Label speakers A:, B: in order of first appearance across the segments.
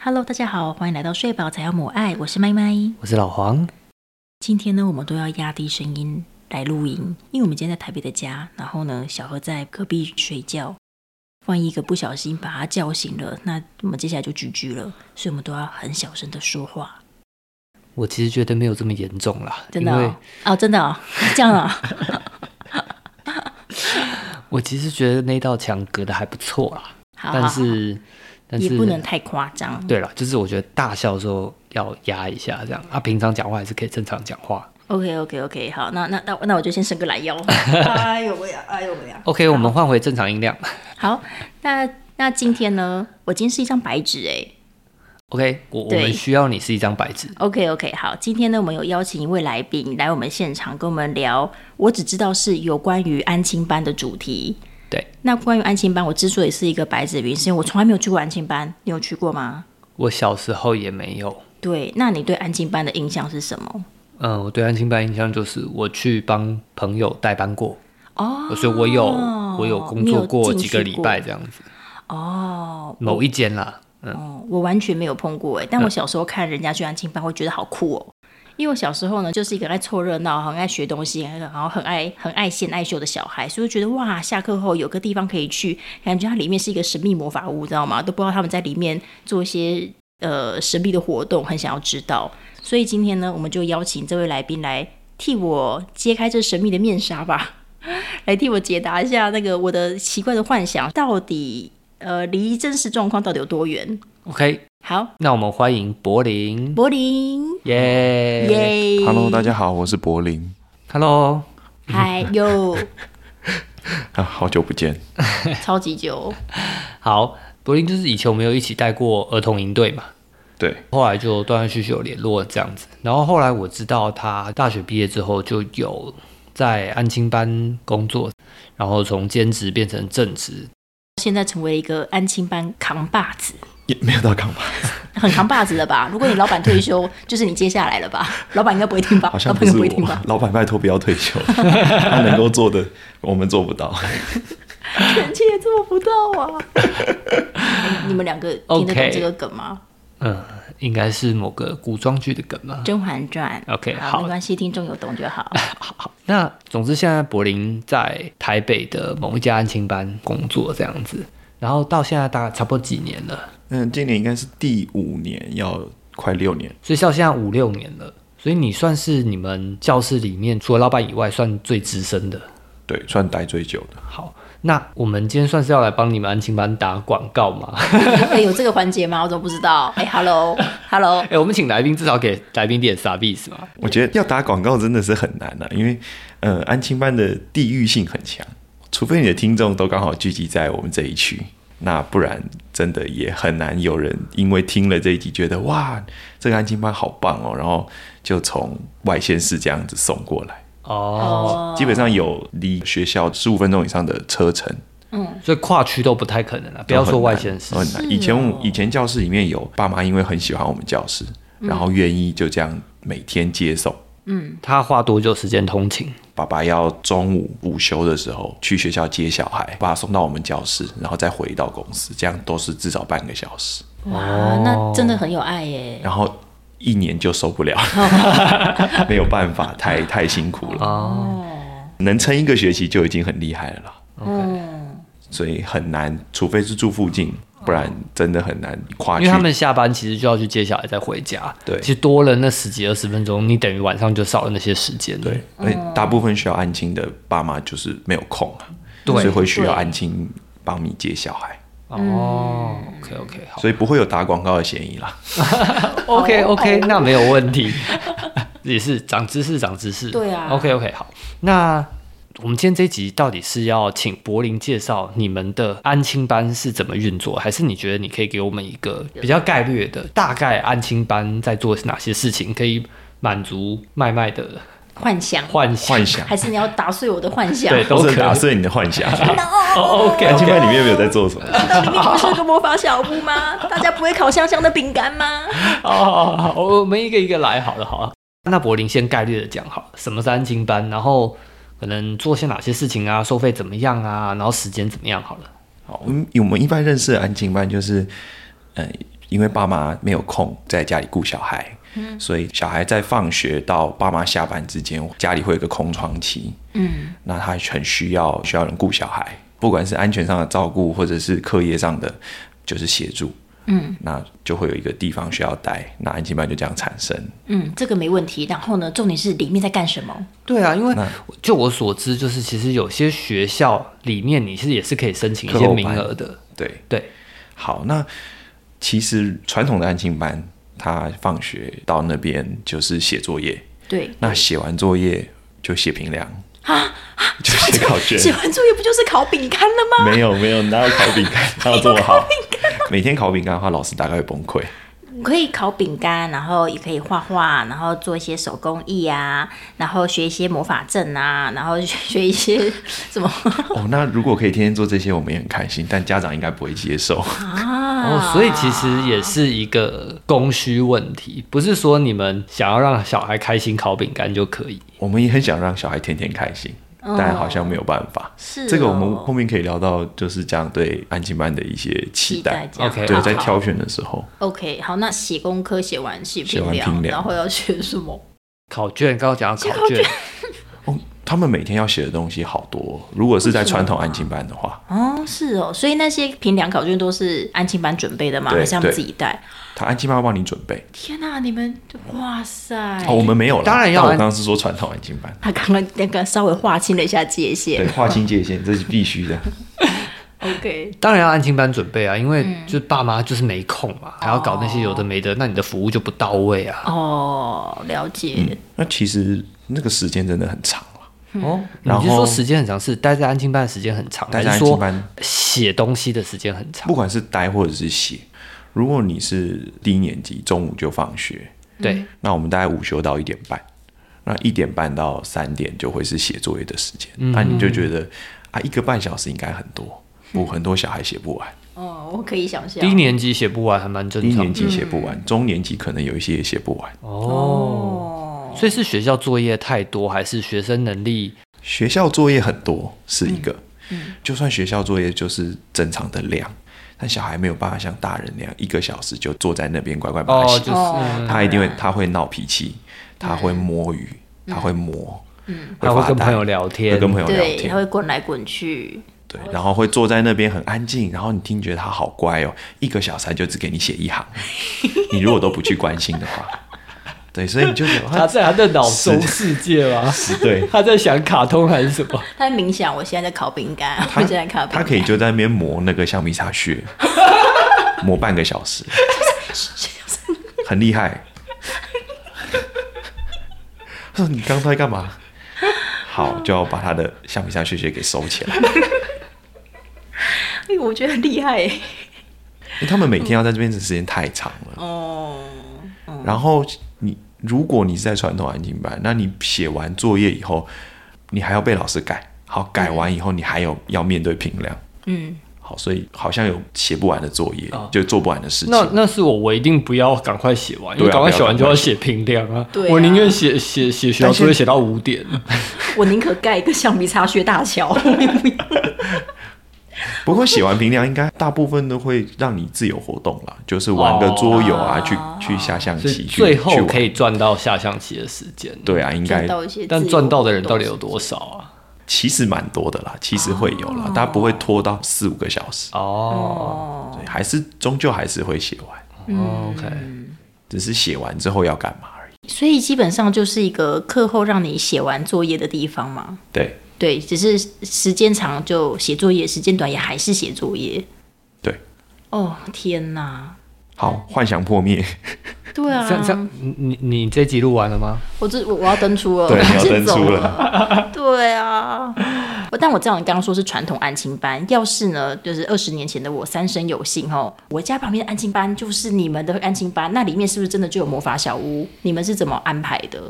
A: Hello，大家好，欢迎来到睡饱才要母爱，我是麦麦。
B: 我是老黄。
A: 今天呢，我们都要压低声音来录音，因为我们今天在台北的家，然后呢，小何在隔壁睡觉，万一一个不小心把他叫醒了，那我们接下来就居居了，所以我们都要很小声的说话，
B: 我其实觉得没有这么严重啦，
A: 真的
B: 因
A: 哦
B: 为，
A: 哦真的哦， 这样 哦，
B: 我其实觉得那道墙隔得还不错啦，
A: 好好
B: 但
A: 好
B: 是但
A: 啊也
B: 是
A: 不能太夸张，
B: 对了，就是我觉得大笑的时候要压一下，这样啊，平常讲话还是可以正常讲话。
A: OK OK OK，好，那那那那我就先伸个懒腰。哎呦喂呀，哎呦喂呀！
B: OK，我们换回正常音量。
A: 好，那那今天呢？我今天是一张白纸哎。
B: OK，我我
A: 对
B: 们需要你是一张白纸。
A: OK OK，好，今天呢，我们有邀请一位来宾来我们现场跟我们聊，我只知道是有关于安亲班的主题。
B: 对，
A: 那关于安亲班，我之所以是一个白纸，原因是因为我从来没有去过安亲班，你有去过吗？
B: 我小时候也没有，
A: 对，那你对安亲班的印象是什么？
B: 嗯，我对安亲班印象就是我去帮朋友代班过，
A: 哦，
B: 所以我有我有工作过
A: 你有进
B: 几
A: 去
B: 个礼拜这样子，
A: 哦，
B: 某一间啦。
A: 哦，我完全没有碰过哎，但我小时候看人家去安亲班，会觉得好酷哦。因为我小时候呢，就是一个爱凑热闹、很爱学东西，然后很爱很爱现爱秀的小孩，所以我觉得哇，下课后有个地方可以去，感觉它里面是一个神秘魔法屋，知道吗？都不知道他们在里面做一些呃神秘的活动，很想要知道。所以今天呢，我们就邀请这位来宾来替我揭开这神秘的面纱吧， 来替我解答一下那个我的奇怪的幻想到底呃离真实状况到底有多远。
B: OK，
A: 好，
B: 那我们欢迎柏林，
A: 柏林，
B: 耶
A: 耶
C: 哎 Hello，大家好，我是柏林
B: Hello，
A: 嗨哟，
C: 啊，好久不见。
A: 超级久，
B: 好，柏林就是以前我们有一起带过儿童营队嘛，
C: 对，
B: 后来就断断续续有联络这样子。然后后来我知道他大学毕业之后就有在安亲班工作，然后从兼职变成正职。
A: 现在成为了一个安亲班扛把子，
C: 也没有到港吧？
A: 很扛把子了吧？如果你老板退休，就是你接下来了吧？老板应该不会听吧？
C: 好
A: 老
C: 像
A: 板
C: 不
A: 应啊该
C: 是
A: 不会听
C: 我
A: 吧。？
C: 老板拜托不要退 休，他能够做的我们做不到。
A: 臣妾也做不到 啊！哎你们两个听得懂
B: OK
A: 这个梗吗？
B: 嗯，应该是某个古装剧的梗嘛。
A: 《甄嬛传》
B: OK，
A: 好，
B: 好
A: 没关系，听众有懂就好。
B: 好，那总之现在柏林在台北的某一家安亲班工作这样子，然后到现在大概差不多几年了，
C: 嗯，今年应该是第五年，要快六年。
B: 所以到现在五六年了。所以你算是你们教室里面除了老板以外，算最资深的。
C: 对，算待最久的。
B: 好，那我们今天算是要来帮你们安亲班打广告吗？
A: 哎，有这个环节吗？我怎么不知道？哎，Hello，Hello，
C: 哦
B: 哎、我们请来宾至少给来宾点啥意思嘛？
C: 我觉得要打广告真的是很难啊，因为呃，安亲班的地域性很强，除非你的听众都刚好聚集在我们这一区，那不然真的也很难有人因为听了这一集觉得哇，这个安亲班好棒哦，然后就从外县市这样子送过来。
B: 哦，
C: 基本上有离学校十五分钟以上的车程，
B: 所以跨区都不太可能了，啊不要说外县市
C: 都。很难。以前我以前教室里面有爸妈，因为很喜欢我们教室，然后愿意就这样每天接送。
B: 他花多久时间通勤？
C: 爸爸要中午午休的时候去学校接小孩，把他送到我们教室，然后再回到公司，这样都是至少半个小时。
A: 哇，那真的很有爱耶。
C: 然后一年就受不了， 没有办法，太太辛苦了。能撑一个学期就已经很厉害了啦。所以很难，除非是住附近，不然真的很难跨
B: 因
C: 区。
B: 为他们下班其实就要去接小孩再回家，
C: 啊对
B: 其实多了那十几二十分钟，你等于晚上就少了那些时间。
C: 对，，而且大部分需要安亲的爸妈就是没有空啊，
B: 对
C: 所以会需要
A: 对
C: 安亲帮你接小孩，
B: 哦，OK OK，好
C: 所以不会有打广告的嫌疑啦。
B: ，OK
A: 哦
B: OK，那没有问题， 也是长知识长知识。
A: 对啊
B: ，OK OK，好，那。我们今天这一集到底是要请柏林介绍你们的安亲班是怎么运作，还是你觉得你可以给我们一个比较概略的大概安亲班在做哪些事情，可以满足麦麦的
A: 幻想，
B: 幻想？
C: 幻想
A: 还是你要打碎我的幻想？
B: 对，都
C: 或
B: 可
C: 者
B: 以。
C: 打碎你的 幻想。
B: 哦，OK，
C: 安亲班里面没有在做什么，
A: 那里面不是有个魔法小屋 吗？大家不会烤香香的饼干吗？
B: 哦，好好好，我们一个一个来，好了，好了。那柏林先概略的讲好了，什么是安亲班，然后可能做些哪些事情啊，收费怎么样啊，然后时间怎么样好了。
C: 好，我们我们一般认识的安亲班就是，呃，因为爸妈没有空在家里顾小孩，
B: 嗯
C: 所以小孩在放学到爸妈下班之间，家里会有一个空窗期。嗯，那他很需要需要人顾小孩，不管是安全上的照顾，或者是课业上的，就是协助。嗯，那就会有一个地方需要待，那安亲班就这样产生。
A: 嗯，这个没问题。然后呢，重点是里面在干什么？
B: 对啊，因为就我所知，就是其实有些学校里面你是也是可以申请一
C: 课
B: 些
C: 后
B: 名
C: 班
B: 额的。
C: 对，
B: 对，
C: 好，那其实传统的安亲班，他放学到那边就是写作业，
A: 对，
C: 那写完作业就写评量啊，就写考卷。
A: 写完作业不就是烤饼干了吗？
C: 没有没有，哪有烤饼干，哪有这么好？每天烤饼干的话，老师大概会崩溃。
A: 你可以烤饼干，然后也可以画画，然后做一些手工艺啊，然后学一些魔法阵啊，然后学一些什 么
C: 哦，那如果可以天天做这些，我们也很开心，但家长应该不会接受。
A: 啊？
B: 然后所以其实也是一个供需问题，不是说你们想要让小孩开心烤饼干就可以。
C: 我们也很想让小孩天天开心，但好像没有办法。
A: 哦是、哦
C: 这个我们后面可以聊到，就是家长对安亲班的一些期
A: 期
C: 待
A: 待。这样
B: OK
C: 对，
A: 好
C: 在
A: 好
C: 挑选的时候，
A: OK，好，那写功课写完写
C: 写
A: 评
C: 完评量
A: 然后要写什么？
B: 考卷刚刚讲到考卷，
C: 哦，他们每天要写的东西好多哦、如果是在传统安亲班的话，
A: 哦，是哦，所以那些评量考卷都是安亲班准备的吗？
C: 对
A: 还是他们
C: 对
A: 自己带？
C: 他安亲班要帮你准备。
A: 天哪、你们哇塞！
C: 哦，我们没有啦，
B: 哎当然啊要
C: 但我
B: 安
C: 刚刚是说传统安亲 班，
A: 他刚刚那个稍微划清了一下界
C: 对，
A: 限。
C: 划清界限，这是必须 的。
A: OK，
B: 当然要安亲班准备啊，因为就是爸妈就是没空嘛，还要搞那些有的没的，那你的服务就不到位啊。
A: 哦，了解。
C: 那其实那个时间真的很长啊了，
B: 哦，你
C: 然
B: 是说
C: 后
B: 时间很长，是待在安亲班的时间很长，
C: 待
B: 还
C: 在
B: 是
C: 安亲
B: 说
C: 班
B: 写东西的时间很长
C: 不？管是待或者是写。如果你是低年级，中午就放学，
B: 对，
C: 那我们大概午休到一点半，那一点半到三点就会是写作业的时间。
B: 嗯
C: 那你就觉得啊，一个半小时应该很多，不，
B: 嗯
C: 很多小孩写不完，
A: 哦，我可以想象。
B: 低年级写不完还蛮正
C: 低
B: 常嗯
C: 年
B: 的
C: 级写不完，中年级可能有一些也写不完。
B: 哦。
A: 哦，
B: 所以是学校作业太多，还是学生能力
C: 学校作业很多是一个，
A: 嗯
C: 就算学校作业就是正常的量，但小孩没有办法像大人那样一个小时就坐在那边乖乖把它
B: 哦，
C: 写
B: 就是、
A: 哦
C: 他一定会，他会闹脾气，他会摸鱼，
A: 嗯
C: 他会摸，
B: 还会
C: 发
B: 跟
C: 呆
B: 朋友聊
C: 会
B: 天，
C: 跟朋友哦聊
A: 对，他
C: 天，
A: 会滚来滚去。
C: 对，然后会坐在那边很安静，然后你听觉得他好乖哦，一个小时他就只给你 写一行，你如果都不去关心的话，对，所以你就觉 得
B: 他
C: 他
B: 在他的脑中世界吗？
C: 对。
B: 他在想卡通还是什么？
A: 他在冥想，我现在在烤饼干，我
C: 他
A: 现在烤饼干。
C: 他可以就在那边磨那个橡皮擦屑，磨半个小时，很厉害。他说：“你刚才干嘛？”好，就要把他的橡皮擦屑屑给收起来。
A: 哎，我觉得很厉害耶。
C: 因为他们每天要在这边的时间太长了。
A: 哦，
B: 嗯
C: 然后你如果你是在传统安静班，那你写完作业以后，你还要被老师改。好，改完以后你还有要面对评量。
A: 嗯，
C: 好，所以好像有写不完的作业，
B: 哦
C: 就做不完的事情。
B: 那那是我，我一定不要赶快写完，因
C: 对
B: 为
C: 啊
B: 赶快
C: 不要
B: 写完就
C: 赶
B: 要
C: 快
B: 写评量啊。
A: 对啊
B: 我宁愿写写写学校作业写到五点。
A: 我宁可盖一个橡皮擦屑大 桥，我也不要
C: 不过写完评量应该大部分都会让你自由活 动啦，就是玩个桌游啊，
A: 哦
C: 去去下象
B: 所
C: 棋，
B: 以
C: 去
B: 最
C: 去
B: 后
C: 玩
B: 可以赚到下象棋的时间。，
C: 对啊，应
A: 赚
C: 该
A: 到一些自由活动。
B: 但赚到的人到底有多少啊？
C: 其实蛮多的啦，其实会有啦，大家不会拖到四五个小时，
B: 哦
A: 哦，
C: 对，还是终究还是会写完，
A: 嗯
B: 哦，OK，
C: 只是写完之后要干嘛而已。
A: 所以基本上就是一个课后让你写完作业的地方嘛。
C: 对
A: 对，只是时间长就写作业，时间短也还是写作业。
C: 对，
A: 哦，天哪！
C: 好，
A: 嗯
C: 幻想破灭，
A: 对啊，
B: 这样这样，你你你这集录完了吗？
A: 我这我我要登出了，
C: 对，你
A: 我
C: 要
A: 先
C: 登
A: 走
C: 出
A: 了。
C: 了，
A: 对啊，我但我知道你刚刚说是传统安亲班，要是呢，就是二十年前的我三生有幸哦，我家旁边的安亲班就是你们的安亲班，那里面是不是真的就有魔法小屋？你们是怎么安排的？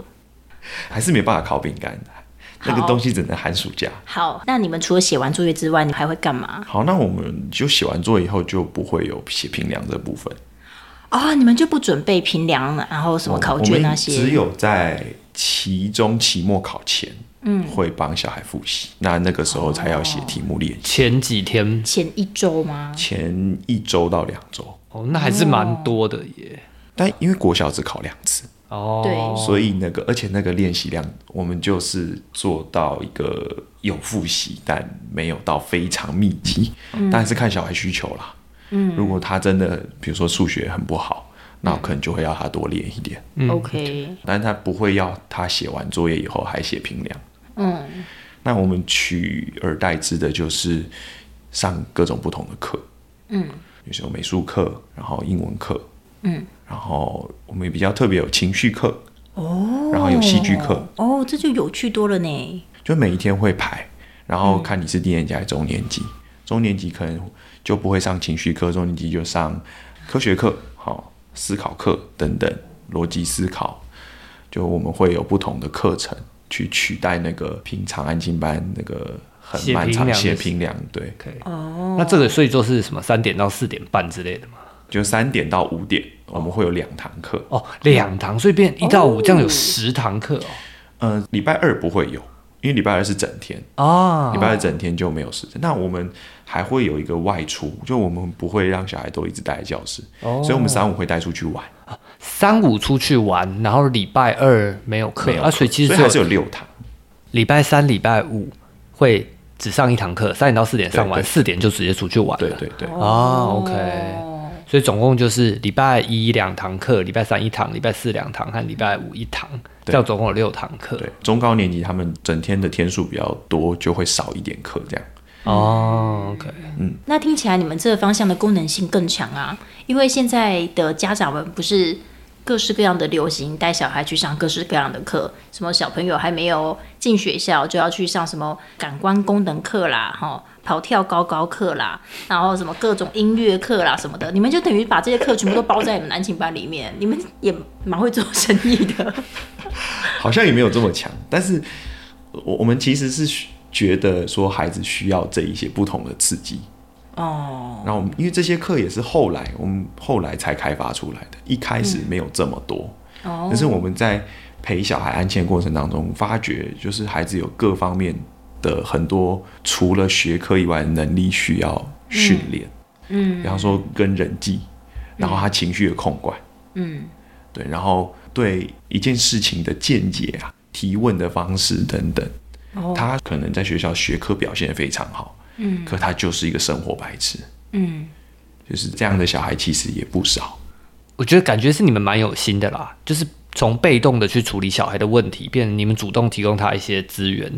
C: 还是没办法烤饼干，那个
A: 好
C: 东西只能寒暑假。
A: 好，那你们除了写完作业之外，你们还会干嘛？
C: 好，那我们就写完作业以后就不会有写评量这部分。
A: 哦，你们就不准备评量，然后什么考卷那些？
C: 哦我们只有在期中、期末考前，嗯，会帮小孩复习。那那个时
A: 哦
C: 候才要写题目练习，
B: 前几天
A: 前一周吗？
C: 前一周到两周。
B: 哦，那还是蛮多的耶。
C: 但因为国小只考两次，
B: 哦，
A: 对
C: 所以那个而且那个练习量，我们就是做到一个有复习，但没有到非常密集，当然是看小孩需求啦。嗯，如果他真的比如说数学很不好，那我可能就会要他多练一点，
A: 嗯 OK，
C: 但是他不会要他写完作业以后还写评量。
A: 嗯，
C: 那我们取而代之的就是上各种不同的课，嗯，比如说美术课，然后英文课，
A: 嗯，
C: 然后我们也比较特别有情绪课，哦，然后有戏剧课，
A: 哦，这就有趣多了呢。
C: 就每一天会排，然
B: 嗯
C: 后看你是低年级还是中年级，中年级可能就不会上情绪课，中年级就上科学课，好、思考课等等，逻辑思考，就我们会有不同的课程去取代那个平常安静班那个很
B: 写
C: 漫
B: 评
C: 长
B: 量
C: 写
B: 的
C: 评量，对，
B: 可以。哦，那这个所以就是什么三点到四点半之类的嘛？
C: 就三点到五点我们会有两堂课，
B: 哦，两堂，所以变一到
A: 哦
B: 五这样有十堂课
C: 呃，礼拜二不会有，因为礼拜二是整天，
B: 哦。啊
C: 礼拜二整天就没有时间。那我们还会有一个外出，就我们不会让小孩都一直待在教室，
B: 哦
C: 所以我们三五会带出去玩，
B: 三五出去玩，然后礼拜二没有课
C: 没有
B: 啊，所以其实
C: 所以还
B: 只
C: 是
B: 有
C: 有六堂。
B: 礼拜三、礼拜五会只上一堂课，三点到四点上完，
C: 对对
B: 四点就直接出去玩了。
C: 对对对，
B: 哦 OK 所以总共就是礼拜一两堂课，礼拜三一堂，礼拜四两堂和礼拜五一堂，这样总共有六堂课。
C: 对，中高年级他们整天的天数比较多，就会少一点课这样。
B: 哦，OK，
A: 那听起来你们这个方向的功能性更强啊，因为现在的家长们不是各式各样的流行带小孩去上各式各样的课，什么小朋友还没有进学校就要去上什么感官功能课啦，哈，跑跳高高课啦，然后什么各种音乐课啦什么的，你们就等于把这些课全部都包在你们南琴班里面， 你们也蛮会做生意的。
C: 好像也没有这么强，但是我我们其实是需觉得说孩子需要这一些不同的刺激。
A: 哦，
C: 然后我们因为这些课也是后来我们后来才开发出来的，一开始没有这么多。
A: 哦
C: 但是我们在陪小孩安全过程当中，发觉就是孩子有各方面的很多除了学科以外的能力需要训练。嗯，比方说跟人际，然后他情绪的控管。
A: 嗯，
C: 对，然后对一件事情的见解啊、提问的方式等等，
A: 哦
C: 他可能在学校学科表现得非常好，嗯，可他就是一个生活白痴，
A: 嗯，
C: 就是这样的小孩其实也不少，
B: 我觉得感觉是你们蛮有心的啦，就是从被动的去处理小孩的问题，变成你们主动提供他一些资源，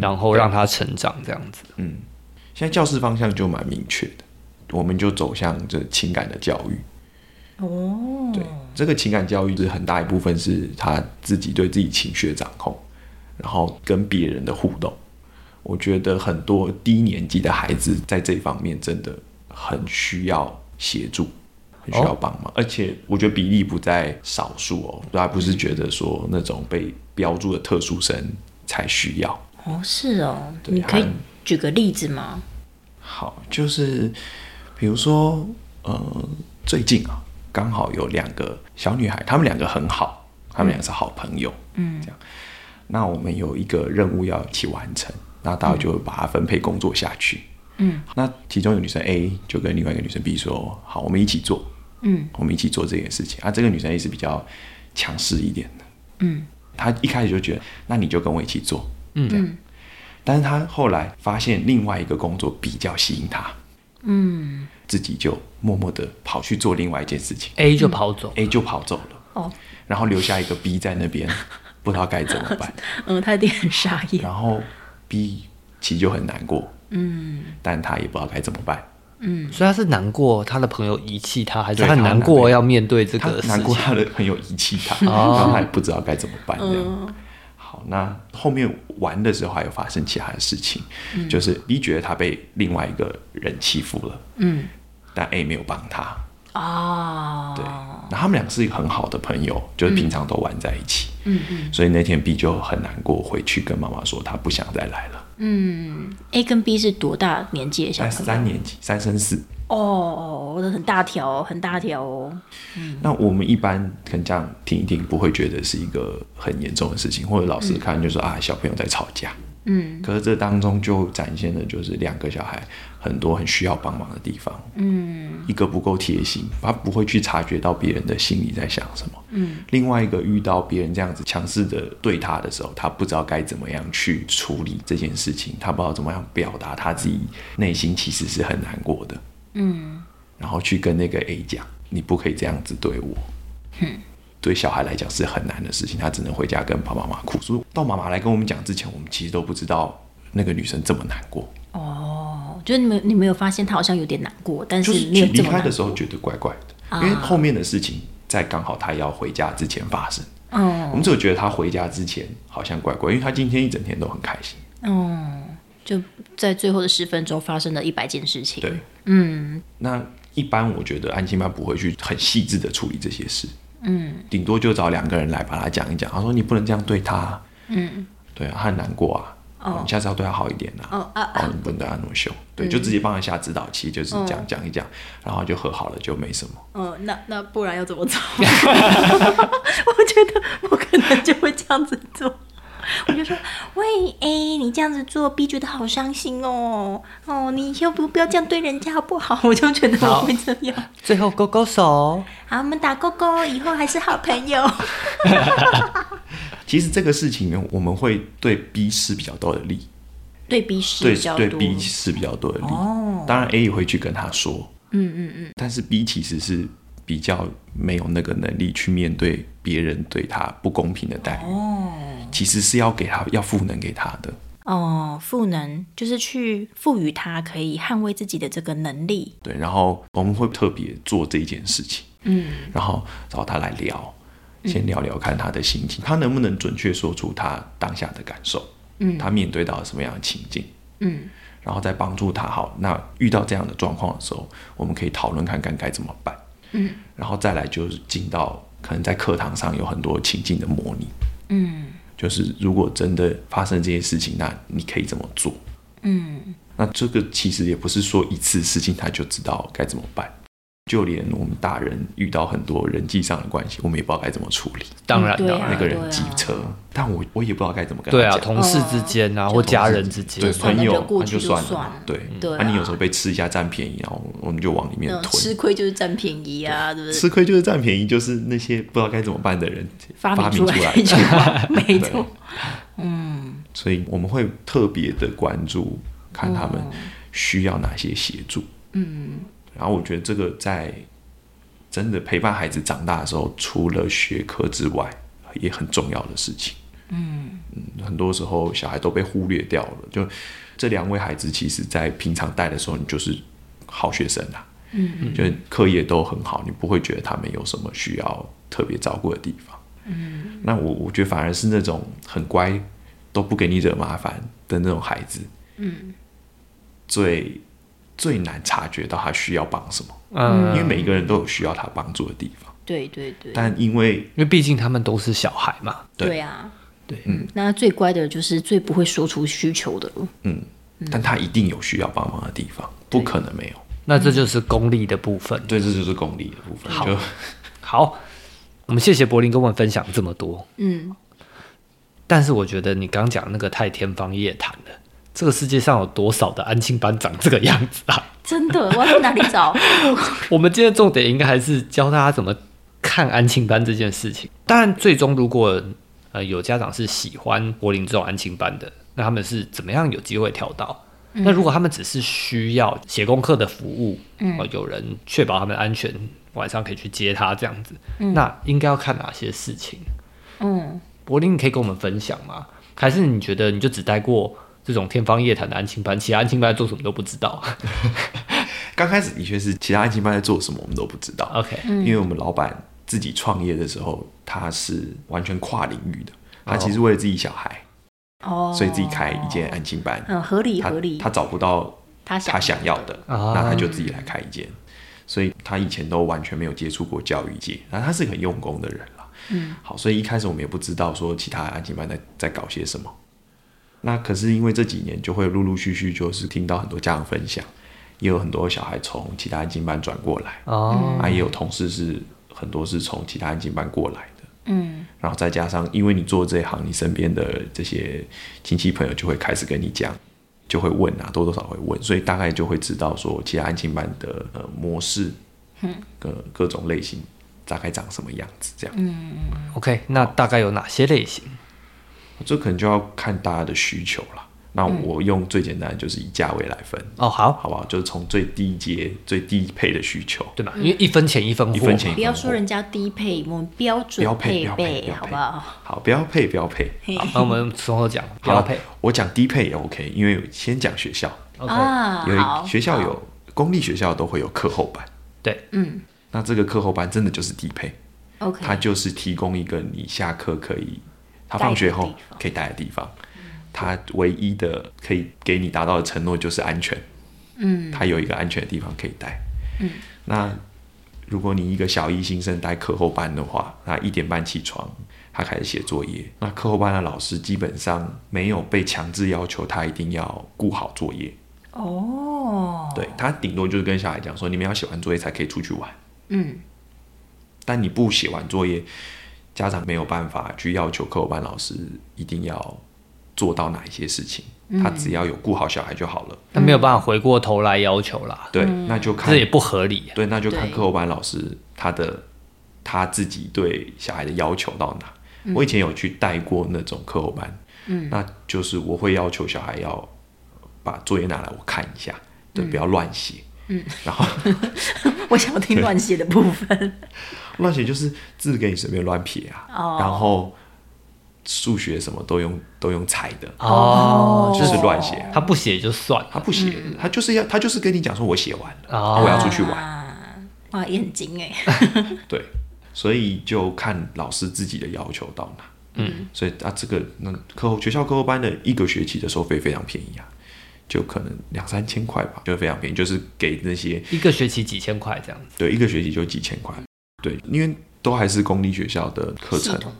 B: 然后让他成长这样子。
C: 嗯，现在教室方向就蛮明确的，我们就走向这情感的教育，
A: 哦，
C: 对，这个情感教育是很大一部分是他自己对自己情绪的掌控，然后跟别人的互动。我觉得很多低年级的孩子在这一方面真的很需要协助，很需要帮忙，而且我觉得比例不在少数哦，大家不是觉得说那种被标注的特殊生才需要。
A: 哦，是哦，
C: 对
A: 你可以
C: 还
A: 举个例子吗？
C: 好，就是比如说，呃，最近啊，刚好有两个小女孩，她们两个很好，她们两个是好朋友，嗯，这样。那我们有一个任务要一起完成，那大家就把它分配工作下去，嗯。那其中有女生 A 就跟另外一个女生 B 说：“好，我们一起做，嗯，我们一起做这件事情。”啊，这个女生 A 是比较强势一点的，嗯，她一开始就觉得，那你就跟我一起做，但是他后来发现另外一个工作比较吸引他，嗯，自己就默默的跑去做另外一件事情
B: A 就跑走，
C: ，A 就跑走了，
A: 哦，
C: 然后留下一个 B 在那边，不知道该怎么 办，
A: 嗯，他一定很傻眼。
C: 然后 B 其实就很难过，嗯，但他也不知道该怎么办，
B: 所以他是难过他的朋友遗弃他，还是
C: 对
B: 他很
C: 他
B: 难
C: 很难
B: 过
C: 过
B: 要面对这
C: 他
B: 个事
C: 难过，
B: 情？
C: 他的朋友遗弃他，然后他也不知道该怎么办这样。好，那后面玩的时候还有发生其他的事情，就是 B 觉得他被另外一个人欺负了，
A: 嗯，
C: 但 A 没有帮他，
A: 啊，
C: 对，那他们俩是一个很好的朋友，就是平常都玩在一起。嗯嗯。所以那天 B 就很难过，回去跟妈妈说他不想再来了。
A: a 跟 B 是多大年纪的小
C: 在
A: 朋友？
C: 哎三年级，三升四。
A: 哦哦，我的很大条哦，很大条哦。
C: 那我们一般可能这样听一听，不会觉得是一个很严重的事情，或者老师看就说、啊，小朋友在吵架。
A: 嗯
C: 可是这当中就展现了就是两个小孩很多很需要帮忙的地方，
A: 嗯
C: 一个不够贴心，他不会去察觉到别人的心里在想什么；
A: 嗯
C: 另外一个遇到别人这样子强势的对他的时候，他不知道该怎么样去处理这件事情，他不知道怎么样表达他自己内心其实是很难过的，
A: 嗯，
C: 然后去跟那个 A 讲，你不可以这样子对我。对小孩来讲是很难的事情，他只能回家跟爸爸妈妈哭。所以到妈妈来跟我们讲之前，我们其实都不知道那个女生这么难过。
A: 哦，就是你们你没有发现他好像有点难过，但
C: 就是
A: 没有
C: 离
A: 这么
C: 开
A: 难啊
C: 的时候觉得怪怪的，因为后面的事情在刚好他要回家之前发生。我
A: 哦
C: 们只有觉得他回家之前好像怪怪，因为他今天一整天都很开心。
A: 哦，就在最后的十分钟发生了一百件事情。
C: 对，
A: 嗯
C: 那一般我觉得安心班不会去很细致的处理这些事，嗯，顶多就找两个人来把他讲一讲。他说你不能这样对他，
A: 嗯
C: 对啊，他很难过啊。哦，你下次要对他好一点啊！
A: 哦啊
C: 哦，你不能对他那么凶，对，就直接帮他下指导期，就是讲讲一讲，然后就和好了，就没什么。
A: 哦，那那不然要怎么 做？ 我觉得我可能就会这样子做。我就说，喂，A，你这样子做，B 觉得好伤心哦。哦，你以后不不要这样对人家好不好？我 就觉得我会这样。
B: 最后勾勾手，
A: 好，我们打勾勾，以后还是好朋友。
C: 其实这个事情呢，我们会对 B 施比较多的力，
A: 对 B 是
C: 对
A: 比较
C: 对
A: 多
C: B 施比较多的力。当然 A 也会去跟他说，嗯嗯嗯。但是 B 其实是比较没有那个能力去面对别人对他不公平的待遇，其实是要给他要赋能给他的。
A: 哦，赋能就是去赋予他可以捍卫自己的这个能力。
C: 对，然后我们会特别做这件事情，嗯，然后找他来聊，先聊聊看他的心情，他能不能准确说出他当下的感受，嗯，他面对到什么样的情境，
A: 嗯，
C: 然后再帮助他。好，那遇到这样的状况的时候，我们可以讨论看看该怎么办，嗯，然后再来就是进到可能在课堂上有很多情境的模拟，嗯，就是如果真的发生这些事情，那你可以怎么做？
A: 嗯
C: 那这个其实也不是说一次事情他就知道该怎么办，就连我们大人遇到很多人际上的关系，我们也不知道该怎么处理。
B: 当然
A: 对
B: 啦、
A: 啊
C: 那个人机车，但我我也不知道该怎么跟
B: 对
C: 他
B: 啊，
C: 讲。
B: 同事之间啊，或家人之间
C: 嗯对，
A: 算了
C: 朋友
A: 就过
C: 那
A: 去
C: 就
A: 就
C: 算了
A: 算
C: 嘛
A: 了，
C: 对，
A: 对
C: 那
A: 啊
C: 你有时候被吃一下占便宜，然后我们就往里面
A: 嗯，吃
C: 吞，
A: 亏就是占便宜啊，对不对？
C: 吃亏就是占便宜，就是那些不知道该怎么办的人
A: 发明
C: 出
A: 出
C: 来
A: 来一句
C: 的。
A: 话，没错。
C: 所以我们会特别的关注，看他们需要哪些协助。哦嗯，然后我觉得这个在真的陪伴孩子长大的时候，除了学科之外，也很重要的事情。嗯很多时候小孩都被忽略掉了。就这两位孩子，其实在平常带的时候，你就是好学生啊。嗯，就是课业都很好，你不会觉得他们有什么需要特别照顾的地方。嗯，那我我觉得反而是那种很乖，都不给你惹麻烦的那种孩子，嗯，最最难察觉到他需要帮什么，
B: 嗯，
C: 因为每一个人都有需要他帮助的地方，
A: 对对对，
C: 但因为
B: 因为毕竟他们都是小孩嘛，
C: 对
A: 对啊，
B: 对，
A: 那最乖的就是最不会说出需求的了。
C: 嗯，但他一定有需要帮忙的地方，不可能没有，
B: 那这就是功利的部分。
C: 对，这就是功利的部分，就
B: 好，我们谢谢柏林跟我们分享这么多，
A: 嗯，
B: 但是我觉得你刚讲那个太天方夜谭了。这个世界上有多少的安亲班长这个样子啊？
A: 真的，我要去哪里找？
B: 我们今天的重点应该还是教大家怎么看安亲班这件事情。当然，最终如果呃有家长是喜欢柏林这种安亲班的，那他们是怎么样有机会调到？那如果他们只是需要写功课的服务，嗯、有人确保他们安全，晚上可以去接他这样子，那应该要看哪些事情？
A: 嗯，
B: 柏林，你可以跟我们分享吗？还是你觉得你就只待过这种天方夜谭的安亲班，其他安亲班做什么都不知道
C: 刚开始的确是其他安亲班在做什么，我们都不知道，
B: ？OK，
C: 因为我们老板自己创业的时候，他是完全跨领域的，他其实为了自己小孩，
A: 哦，
C: 所以自己开一间安亲班，
A: 嗯，合理
C: 他
A: 合理，
C: 他找不到
A: 他
C: 他想要的，
B: 啊
C: 那他就自己来开一间。所以他以前都完全没有接触过教育界，然后他是个很用功的人啦。嗯，好，所以一开始我们也不知道说其他安亲班在在搞些什么。那可是因为这几年就会陆陆续续就是听到很多家长分享，也有很多小孩从其他安亲班转过来，
B: 哦，
C: 啊，也有同事是很多是从其他安亲班过来的。
A: 嗯，
C: 然后再加上因为你做这一行，你身边的这些亲戚朋友就会开始跟你讲，就会问啊，多多少少会问，所以大概就会知道说，其他安亲班的呃模式，嗯，各各种类型大概长什么样子这样。
B: OK，那大概有哪些类型？
C: 这可能就要看大家的需求啦。那我用最简单的就是以价位来分，
B: 哦，好，
C: 好不好？就是从最低阶、最低配的需求，
B: 对吧？
A: 嗯
B: 因为一分钱一分货，
C: 一分钱
A: 不要说人家低配，我们标
C: 标
A: 准
C: 配
A: 配
C: 标配
A: 备
C: 标配
A: 好不好？
C: 好，标配标配，
B: 好那我们从头讲，
C: 好
B: 标配。，
C: 我讲低配也 OK，因为先讲学校，
B: OK，
A: 啊，
C: 有
A: 好，
C: 一学校有公立学校都会有课后班，
B: 对，
A: 嗯
C: 那这个课后班真的就是低配，
A: ，OK，
C: 它就是提供一个你下课可以，他放学后
A: 待的地方
C: 可以待的地方。它唯一的可以给你达到的承诺就是安全，
A: 嗯
C: 它有一个安全的地方可以待。
A: 嗯，
C: 那如果你一个小一新生待课后班的话，那一点半起床，他开始写作业。那课后班的老师基本上没有被强制要求他一定要顾好作业，
A: 哦，
C: 对他顶多就是跟小孩讲说，你们要写完作业才可以出去玩。
A: 嗯
C: 但你不写完作业，家长没有办法去要求课后班老师一定要做到哪一些事情，他只要有顾好小孩就好了。
B: 那没有办法回过头来要求啦，
C: 对，那就看
B: 这也不合理啊。
C: 嗯对，那就看
A: 对
C: 课后班老师他的他自己对小孩的要求到哪。我以前有去带过那种课后班，嗯，那就是我会要求小孩要把作业拿来我看一下，对，不要乱写，嗯，然后
A: 我想要听乱写的部分，
C: 乱写就是字给你随便乱撇啊，
A: 哦
C: 然后数学什么都用都用猜的，
B: 哦，
C: 就是乱写啊，
B: 他不写就算了
C: 他不写，他就是要他就是跟你讲说我写完了，啊
B: 哦
C: 我要出去玩。
A: 啊，哇，眼睛哎，
C: 对，所以就看老师自己的要求到哪。嗯，所以啊，这个那课后学校课后班的一个学期的收费非常便宜啊，就可能两三千块吧，就非常便宜，就是给那些
B: 一个学期几千块这样子。
C: 对一个学期就几千块，对，因为都还是公立学校的课
A: 系
C: 程，
A: 统，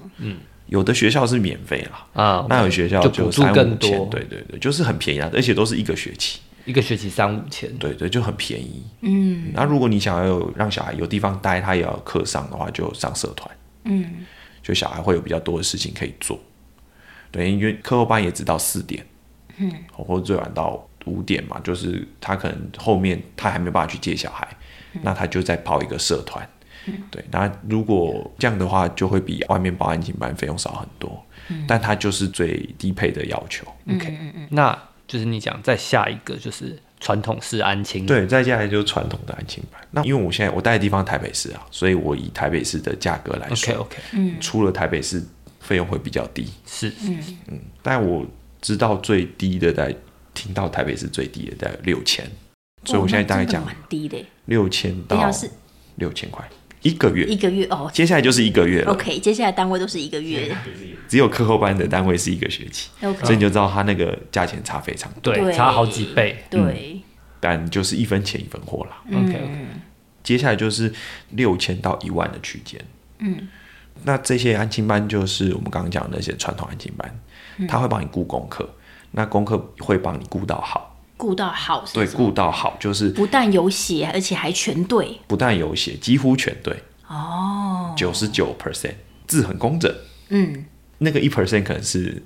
C: 有的学校是免费啦，
B: 嗯啊，
C: 那有学校
B: 就
C: 就
B: 补助
C: 三
B: 更
C: 五千，
B: 多
C: 对对对，就是很便宜啊，而且都是一个学期，
B: 一个学期三五千，
C: 对对，就很便宜。
A: 嗯
C: 那如果你想要有让小孩有地方待，他也要有课上的话，就上社团。
A: 嗯，
C: 就小孩会有比较多的事情可以做。对，因为课后班也只到四点，嗯，或者最晚到五点嘛，就是他可能后面他还没办法去接小孩，那他就再跑一个社团。对，那如果这样的话，就会比外面报安亲班费用少很多，但他就是最低配的要求。
B: 那就是你讲再下一个就是传统式安亲，，
C: 对，再下来就是传统的安亲班。那因为我现在我待的地方台北市啊，所以我以台北市的价格来
B: OK
C: 说
B: OK，
A: 嗯
C: 出了台北市费用会比较低。
B: 是
C: 但我知道最低的在听到台北是最低的在六千，所以我现在大概讲
A: 哇那真的哎蛮低的耶，
C: 六千
A: 一
C: 到
A: 小时
C: 六千块一个月
A: 一，个月哦。
C: 接下来就是一个月了，
A: OK，接下来单位都是一个月
C: 只有课后班的单位是一个学期，所以
A: ，OK，
C: 你就知道它那个价钱差非常多，
B: 对，差好几倍。
C: 嗯
A: 对，
C: 但就是一分钱一分货啦。
A: 嗯
B: OK OK，
C: 接下来就是六千到一万的区间。嗯，那这些安亲班就是我们刚刚讲的那些传统安亲班，
A: 嗯
C: 他会帮你顾功课，那功课会帮你顾到好，
A: 顾到好是
C: 对，
A: 什么
C: 顾到好就是
A: 不但有写，而且还全对
C: 不但有写，几乎全对，
A: 哦，
C: 九十九 percent 字很工整，
A: 嗯，
C: 那个一 percent 可能是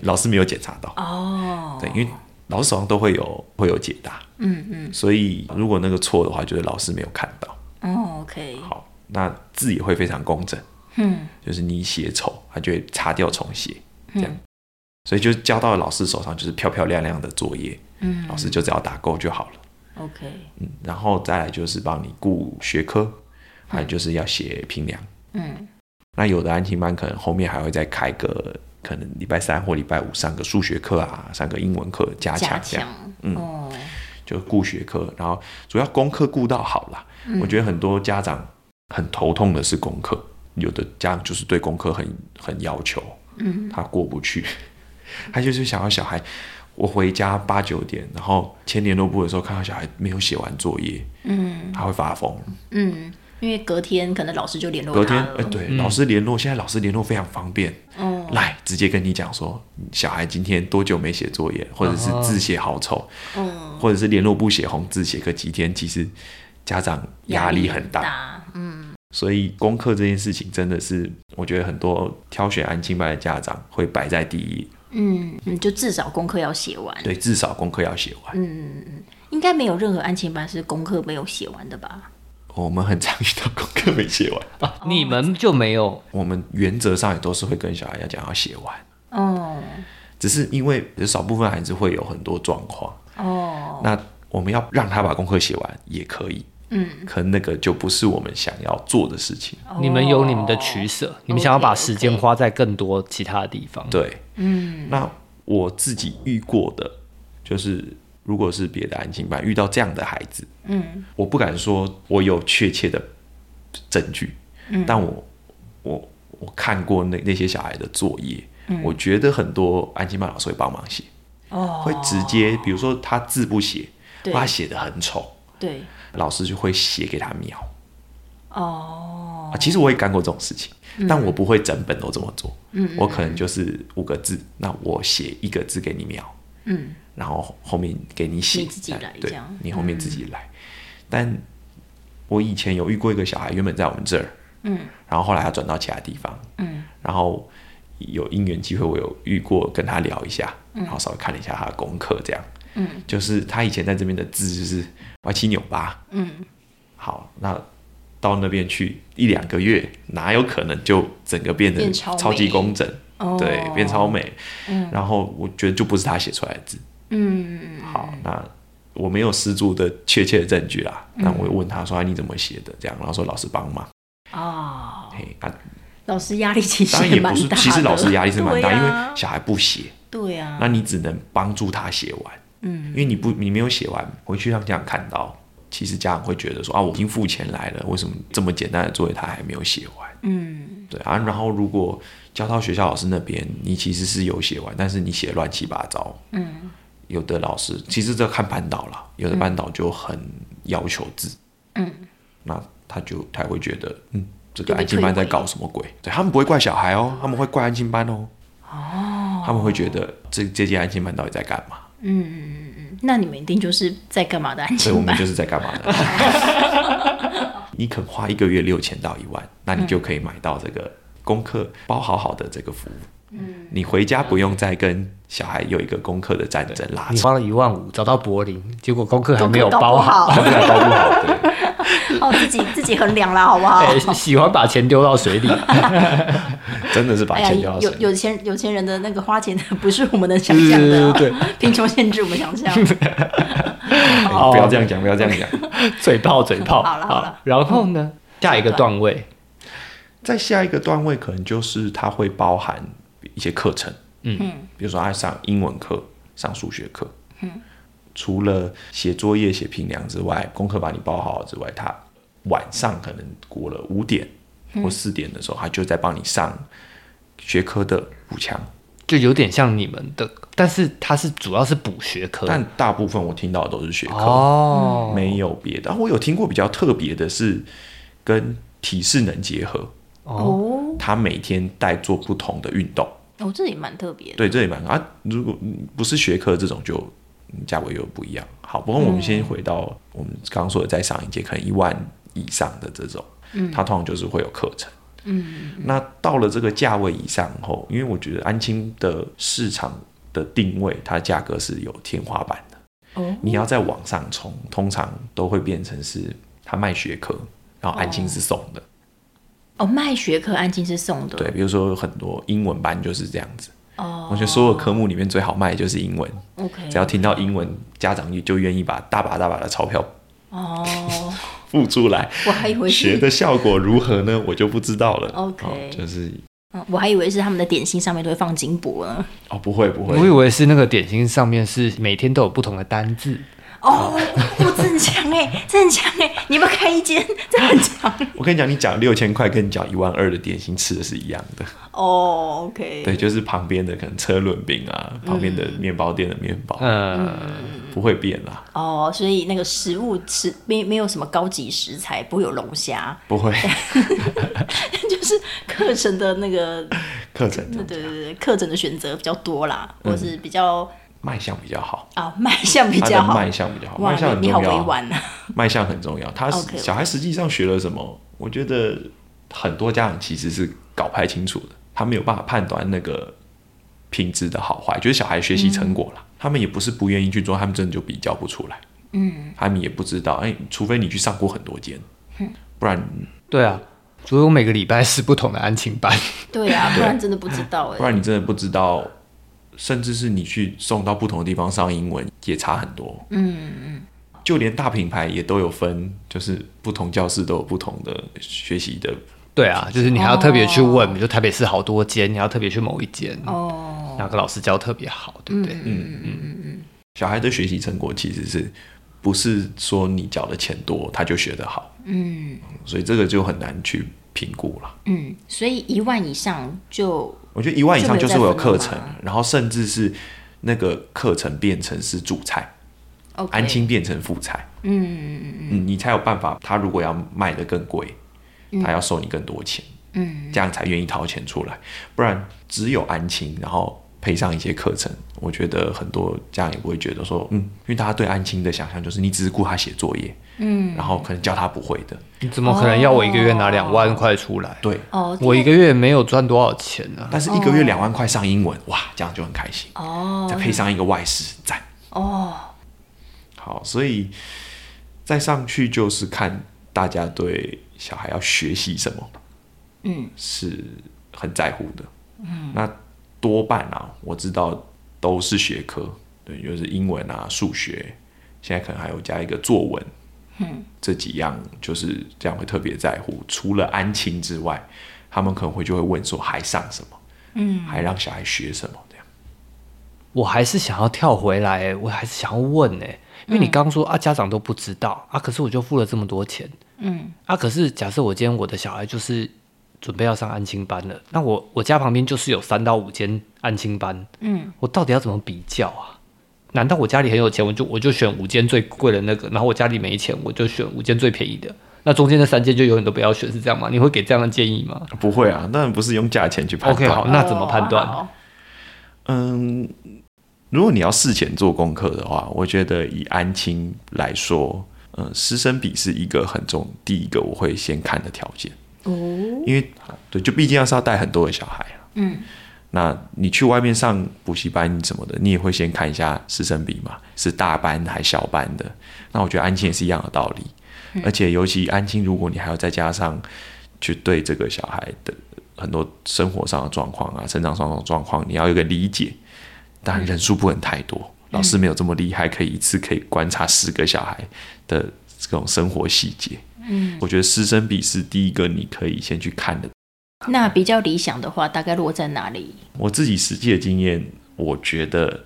C: 老师没有检查到，
A: 哦，
C: 对，因为老师手上都会有会有解答，
A: 嗯嗯，
C: 所以如果那个错的话，就是老师没有看到。
A: 哦，OK，
C: 好，那字也会非常工整，
A: 嗯，
C: 就是你写丑，他就会擦掉重写，这样，所以就交到老师手上就是漂漂亮亮的作业，
A: 嗯，
C: 老师就只要打勾就好了。
A: ，OK，
C: 嗯，然后再来就是帮你顾学科，还有就是要写评量。
A: 嗯，
C: 那有的安亲班可能后面还会再开个，可能礼拜三或礼拜五上个数学课啊，上个英文课加
A: 加
C: 强这样，
A: 强，
C: 嗯
A: 哦，
C: 就顾学科，然后主要功课顾到好啦。我觉得很多家长很头痛的是功课，有的家长就是对功课很很要求，嗯，他过不去，他就是想要小孩。我回家八九点，然后签联络簿的时候看到小孩没有写完作业，嗯，他会发疯。
A: 嗯，因为隔天可能老师就联络
C: 隔
A: 他
C: 天，
A: 了，
C: 呃，对，老师联络，现在老师联络非常方便，
A: 哦，
C: 来直接跟你讲说，嗯小孩今天多久没写作业，或者是字写好丑，
A: 嗯，
C: 或者是联络簿写红字写个几天，其实家长压力很大，
A: 大，嗯，
C: 所以功课这件事情真的是，我觉得很多挑选安亲班的家长会摆在第一，
A: 嗯嗯，就至少功课要写完。
C: 对，至少功课要写完。
A: 应该没有任何安亲班是功课没有写完的吧？
C: 我们很常遇到功课没写完，
B: 啊，你们就没有
C: 我们原则上也都是会跟小孩要讲要写完，
A: 哦
C: 只是因为有少部分孩子会有很多状况，
A: 哦，
C: 那我们要让他把功课写完也可以，嗯，可那个就不是我们想要做的事情，
B: 你们有你们的取舍，你们想要把时间
A: 哦 OK，OK
B: 花在更多其他的地方。
C: 对，嗯，那我自己遇过的，就是如果是别的安静班遇到这样的孩子，嗯，我不敢说我有确切的证据，嗯，但我我我看过那那些小孩的作业，我觉得很多安静班老师会帮忙写，
A: 哦，
C: 会直接比如说他字不写，
A: 对
C: 他写的很丑，
A: 对
C: 老师就会写给他描。
A: 哦
C: 啊，其实我也干过这种事情，但我不会整本都这么做。我可能就是五个字，那我写一个字给你描，
A: 嗯，
C: 然后后面给你写，
A: 你自己来
C: 对
A: 这样，嗯
C: 你后面自己来。但我以前有遇过一个小孩，原本在我们这儿，嗯，然后后来他转到其他地方，嗯，然后有因缘机会，我有遇过跟他聊一下，
A: 嗯
C: 然后稍微看了一下他的功课，这样，嗯，就是他以前在这边的字就是歪七扭八，嗯，好，那到那边去一两个月，哪有可能就整个变得
A: 变超美
C: 超级工整？
A: 哦
C: 对，变超美。然后我觉得就不是他写出来的字。
A: 嗯
C: 好，那我没有失主的确切的证据啦。
A: 嗯
C: 那我问他说、啊你怎么写的？这样，然后说老师帮忙。
A: 哦，
C: 嘿，啊，
A: 老师压力其实
C: 当然也不
A: 蛮
C: 是，
A: 大的
C: 其实老师压力是蛮大，
A: 对
C: 因
A: 啊
C: 为小孩不写，
A: 对啊，
C: 那你只能帮助他写完。嗯，因为你不你没有写完，回去让家长看到，其实家长会觉得说啊，我已经付钱来了，为什么这么简单的作业他还没有写完？
A: 嗯
C: 对啊，然后如果交到学校老师那边，你其实是有写完，但是你写乱七八糟，嗯，有的老师其实这看班导啦，有的班导就很要求字，嗯，那他就他会觉得，嗯，这个
A: 就被
C: 安静班
A: 退
C: 在
A: 回
C: 搞什么鬼？对他们不会怪小孩哦，他们会怪安静班哦，哦，他们会觉得这这届安静班到底在干嘛？
A: 那你们一定就是在干嘛的安
C: 所以我
A: 静
C: 们
A: 班？
C: 就是在干嘛呢？你肯花一个月六千到一万，那你就可以买到这个功课包好好的这个服务。嗯，你回家不用再跟小孩有一个功课的战争拉
B: 你
C: 扯，
B: 花了一万五找到柏林，结果功课还
A: 功课
B: 没有
A: 搞不
B: 包好。
A: 好
C: 包不好。对，
A: 哦，自己自己衡量啦，好不好？
B: 哎，喜欢把钱丢到水
A: 哦
B: 里，哎
C: 真的是把
A: 哎呀，
C: 钱交
A: 有有
C: 到身上。
A: 有钱有钱人的那个花钱的不是我们能想象
C: 嗯
A: 的、啊，
B: 对
A: 贫穷限制我们想 象。
C: 哎不要这样讲，不要这样
A: 哦
C: 讲。
B: 嘴炮嘴炮。
A: 好了好了嗯
B: 然后呢，下一个段位，
C: 在下一个段位，可能就是它会包含一些课程，嗯，比如说他上英文课、上数学课，嗯，除了写作业、写评量之外，功课把你包好之外，他晚上可能过了五点或四点的时候，他就在帮你上学科的补强。
B: 就有点像你们的，但是它是主要是补学科。
C: 但大部分我听到的都是学科，
B: 哦，
C: 没有别的。我有听过比较特别的是跟体适能结合，
A: 哦，
C: 他每天带做不同的运动。
A: 哦，这也蛮特别的。
C: 对，这也蛮啊。如果嗯不是学科这种就，嗯价位又不一样。好，不过我们先回到我们刚刚说的，在上一节可能一万以上的这种，嗯，它通常就是会有课程。嗯，那到了这个价位以上后，因为我觉得安青的市场的定位，它价格是有天花板的。
A: 哦，
C: 你要再往上冲，通常都会变成是它卖学科，然后安青是送的。
A: 哦，卖学科安静是送的，
C: 对，比如说很多英文班就是这样子。
A: 哦
C: 我觉得所有科目里面最好卖的就是英文。
A: ，OK，
C: 只要听到英文，家长也就愿意把大把大把的钞票
A: 哦，
C: 付出 来。
A: 我还以为
C: 学
A: 是，
C: 的效果如何呢？我就不知道了。
A: OK
C: 哦就是
A: 嗯我还以为是他们的点心上面都会放金箔呢。
C: 哦，不会不
B: 我以
C: 会，
B: 为是那个点心上面是每天都有不同的单字，
A: 哦，我这很强哎，这很强哎，你们开一间，这很强
C: 我跟你讲，你讲六千块跟你讲一万二的点心吃的是一样的。
A: 哦，OK，
C: 对，就是旁边的可能车轮饼啊，旁边的面包店的面包、
B: 嗯，
C: 不会变啦，
A: 哦，所以那个食物吃没没有什么高级食材，不会有龙虾，
C: 不会
A: 就是课程的那个
C: 课程
A: 对
C: 嗯
A: 对对对课程的选择比较多啦，或是比较
C: 卖相比较好，
A: 哦，卖相比
C: 他
A: 较
C: 的
A: 好。
C: 卖相比较好，
A: 哇
C: 卖相，很
A: 你你好
C: 重
A: 委
C: 要，
A: 婉 啊！
C: 卖相很重要。他
A: OK，OK
C: 小孩实际上学了什么，我觉得很多家长其实是搞不太清楚的，他没有办法判断那个品质的好坏，就是小孩学习成果啦。他们也不是不愿意去做，他们真的就比较不出来。嗯，他们也不知道，哎、除非你去上过很多间，不然
B: 对啊，所以我每个礼拜是不同的安亲班，
A: 对啊，不然真的不知道
C: 不
A: 哎。
C: 然你真的不知道，甚至是你去送到不同的地方上英文也差很多。嗯嗯，就连大品牌也都有分，就是不同教室都有不同的学习的。
B: 对啊，就是你还要特别去问，比如说台北市好多间，你要特别去某一间，
A: 哦，嗯
B: 哪个老师教特别好，对不对？
C: 小孩的学习成果其实是不是说你缴的钱多他就学得好？
A: 嗯
C: 所以这个就很难去评估了。
A: 嗯，所以一万以上就
C: 我觉得一万以上就是会有课
A: 就没
C: 程
A: 有再分了，
C: 然后甚至是那个课程变成是主菜，
A: OK。
C: 安亲变成副菜。
A: 嗯，
C: 嗯，你才有办法。他如果要卖的更贵，
A: 嗯
C: 他要收你更多钱，嗯，这样才愿意掏钱出来。不然只有安亲，然后配上一些课程，我觉得很多家长也不会觉得说，嗯，因为大家对安亲的想象就是你只是顾他写作业，嗯，然后可能教他不会的，
B: 你怎么可能要我一个月拿两万块出来？
C: 对。
A: 哦，
B: 我一个月没有赚多少钱啊呢、
C: 但是一个月两万块上英文，哇，这样就很开心。
A: 哦
C: 再配上一个外事，赞。
A: 哦，
C: 好，所以再上去就是看大家对小孩要学习什么，
A: 嗯，
C: 是很在乎的。嗯，那多半啊，我知道都是学科，对，就是英文啊、数学，现在可能还有加一个作文，嗯，这几样就是这样会特别在乎。除了安亲之外，他们可能会就会问说还上什么，嗯，还让小孩学什么这样。
B: 我还是想要跳回来、我还是想要问呢、因为你刚说、啊，家长都不知道啊，可是我就付了这么多钱，嗯，啊，可是假设我今天我的小孩就是准备要上安亲班了，那我我家旁边就是有三到五间安亲班，嗯，我到底要怎么比较啊？难道我家里很有钱，我就我就选五间最贵的那个，然后我家里没钱，我就选五间最便宜的？那中间那三间就永远都不要选，是这样吗？你会给这样的建议吗
C: 不会啊，当然不是用价钱去判断。
B: ？OK，好，那怎么判断？
A: 哦好
C: 嗯，如果你要事前做功课的话，我觉得以安亲来说，嗯，师生比是一个很重，第一个我会先看的条件，
A: 哦，
C: 因为对，就毕竟要是要带很多的小孩啊。嗯，那你去外面上补习班什么的，你也会先看一下师生比嘛，是大班还小班的。那我觉得安亲也是一样的道理，而且尤其安亲，如果你还要再加上去对这个小孩的很多生活上的状况啊、成长上的状况，你要有一个理解。当然人数不能太
A: 嗯
C: 多，老师没有这么厉害，可以一次可以观察十个小孩的这种生活细节。嗯，我觉得师生比是第一个你可以先去看的。
A: 那比较理想的话，大概落在哪里？
C: 我自己实际的经验，我觉得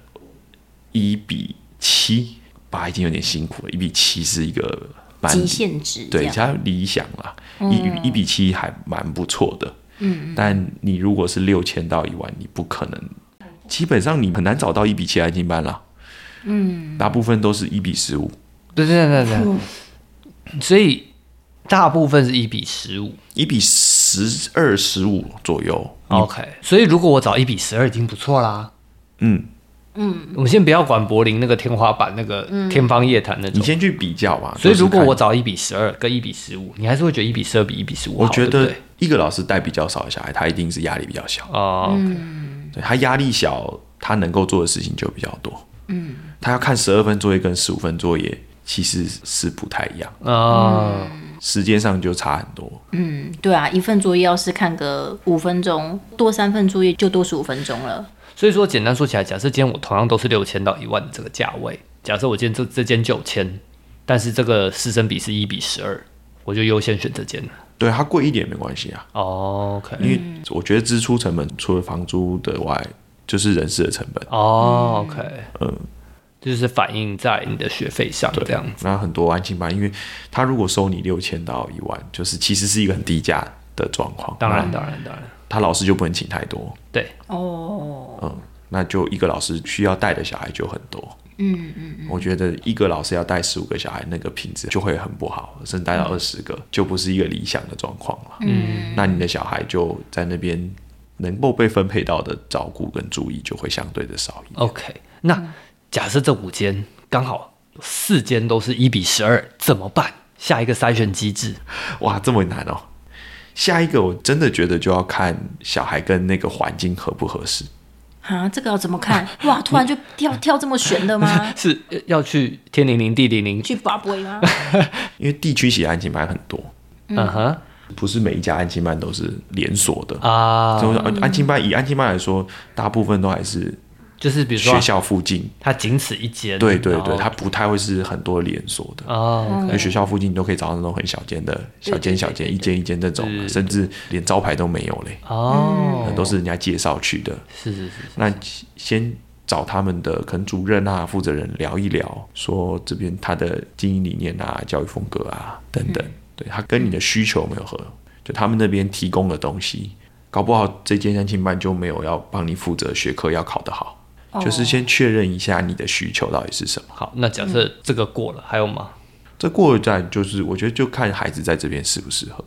C: 一比七八已经有点辛苦了，一比七是一个蛮
A: 极限值这
C: 对，
A: 样
C: 加理想啦，
B: 嗯
C: 一一比七还蛮不错的。嗯，但你如果是六千到一万，你不可能，基本上你很难找到一比七安静班啦。嗯，大部分都是一比十五，
B: 对对对对对，所以大部分是一比十五。
C: 一比十二、十五左右。
B: OK，所以如果我找一比十二已经不错啦。
C: 嗯，
B: 我们先不要管柏林那个天花板、那个天方夜谭那
C: 你
B: 种。
C: 先去比较吧。
B: 所以
C: 就是
B: 如果
C: 看
B: 我，找一比十二跟一比十五，你还是会觉得一比十二比一比十五好，
C: 我觉
B: 对
C: 得
B: 不对
C: 一个老师带比较少的小孩，他一定是压力比较小。
B: 哦、
C: 对他压力小，他能够做的事情就比较多。嗯，他要看十二分作业跟十五分作业，其实是不太一样，
B: 哦
C: 时间上就差很多。
A: 嗯，对啊，一份作业要是看个五分钟，多三份作业就多十五分钟了。
B: 所以说简单说起来，假设今天我同样都是六千到一万的这个价位，假设我今天这这间九千，但是这个师生比是一比十二，我就优先选这间了。
C: 对他贵一点没关系啊，
B: 哦 OK，
C: 因为
A: 嗯
C: 我觉得支出成本除了房租的外，就是人事的成本。
B: 哦，OK，
C: 嗯
B: 就是反映在你的学费上这样。
C: 那很多安亲班，因为他如果收你六千到一万，就是其实是一个很低价的状况。
B: 当然，，当然，当然，
C: 他老师就不能请太多，
B: 对，
A: 哦，
C: 嗯，那就一个老师需要带的小孩就很多。
A: 嗯嗯，
C: 我觉得一个老师要带十五个小孩，那个品质就会很不好，甚至带到二十个，就不是一个理想的状况了。嗯，那你的小孩就在那边能够被分配到的照顾跟注意，就会相对的少一点。
B: OK，那假设这五间刚好四间都是一比十二，怎么办？下一个筛选机制，？
C: 哇，这么难哦。下一个我真的觉得就要看小孩跟那个环境合不合适。
A: 啊，这个要怎么看？哇，突然就跳跳这么悬的吗
B: 是呃要去天灵灵地灵灵？
A: 去 b 布 b 吗？
C: 因为地区型安亲班很多，
B: 嗯哼
C: 不是每一家安亲班都是连锁的。
B: 啊，
C: 就是安亲班以安亲班来说，大部分都还是
B: 就是比如说
C: 学校附近。
B: 它仅此一间，
C: 对对对，它
B: 它
C: 不太会是很多连锁的。
B: 哦
C: 因为学校附近你都可以找到那种很小间的，小间小间，一间一间这种，甚至连招牌都没有嘞，
B: 嗯哦，
C: 都是人家介绍去的。
B: 是是是，
C: 那先找他们的可能主任啊、负责人聊一聊，说这边他的经营理念啊、教育风格啊等等，对他跟你的需求有没有合，就他们那边提供的东西，搞不好这间安亲班就没有要帮你负责学科要考得好，就是先确认一下你的需求到底是什么。
B: 好，那假设这个过了，还有吗？
C: 这过了再就是，我觉得就看孩子在这边适不适合。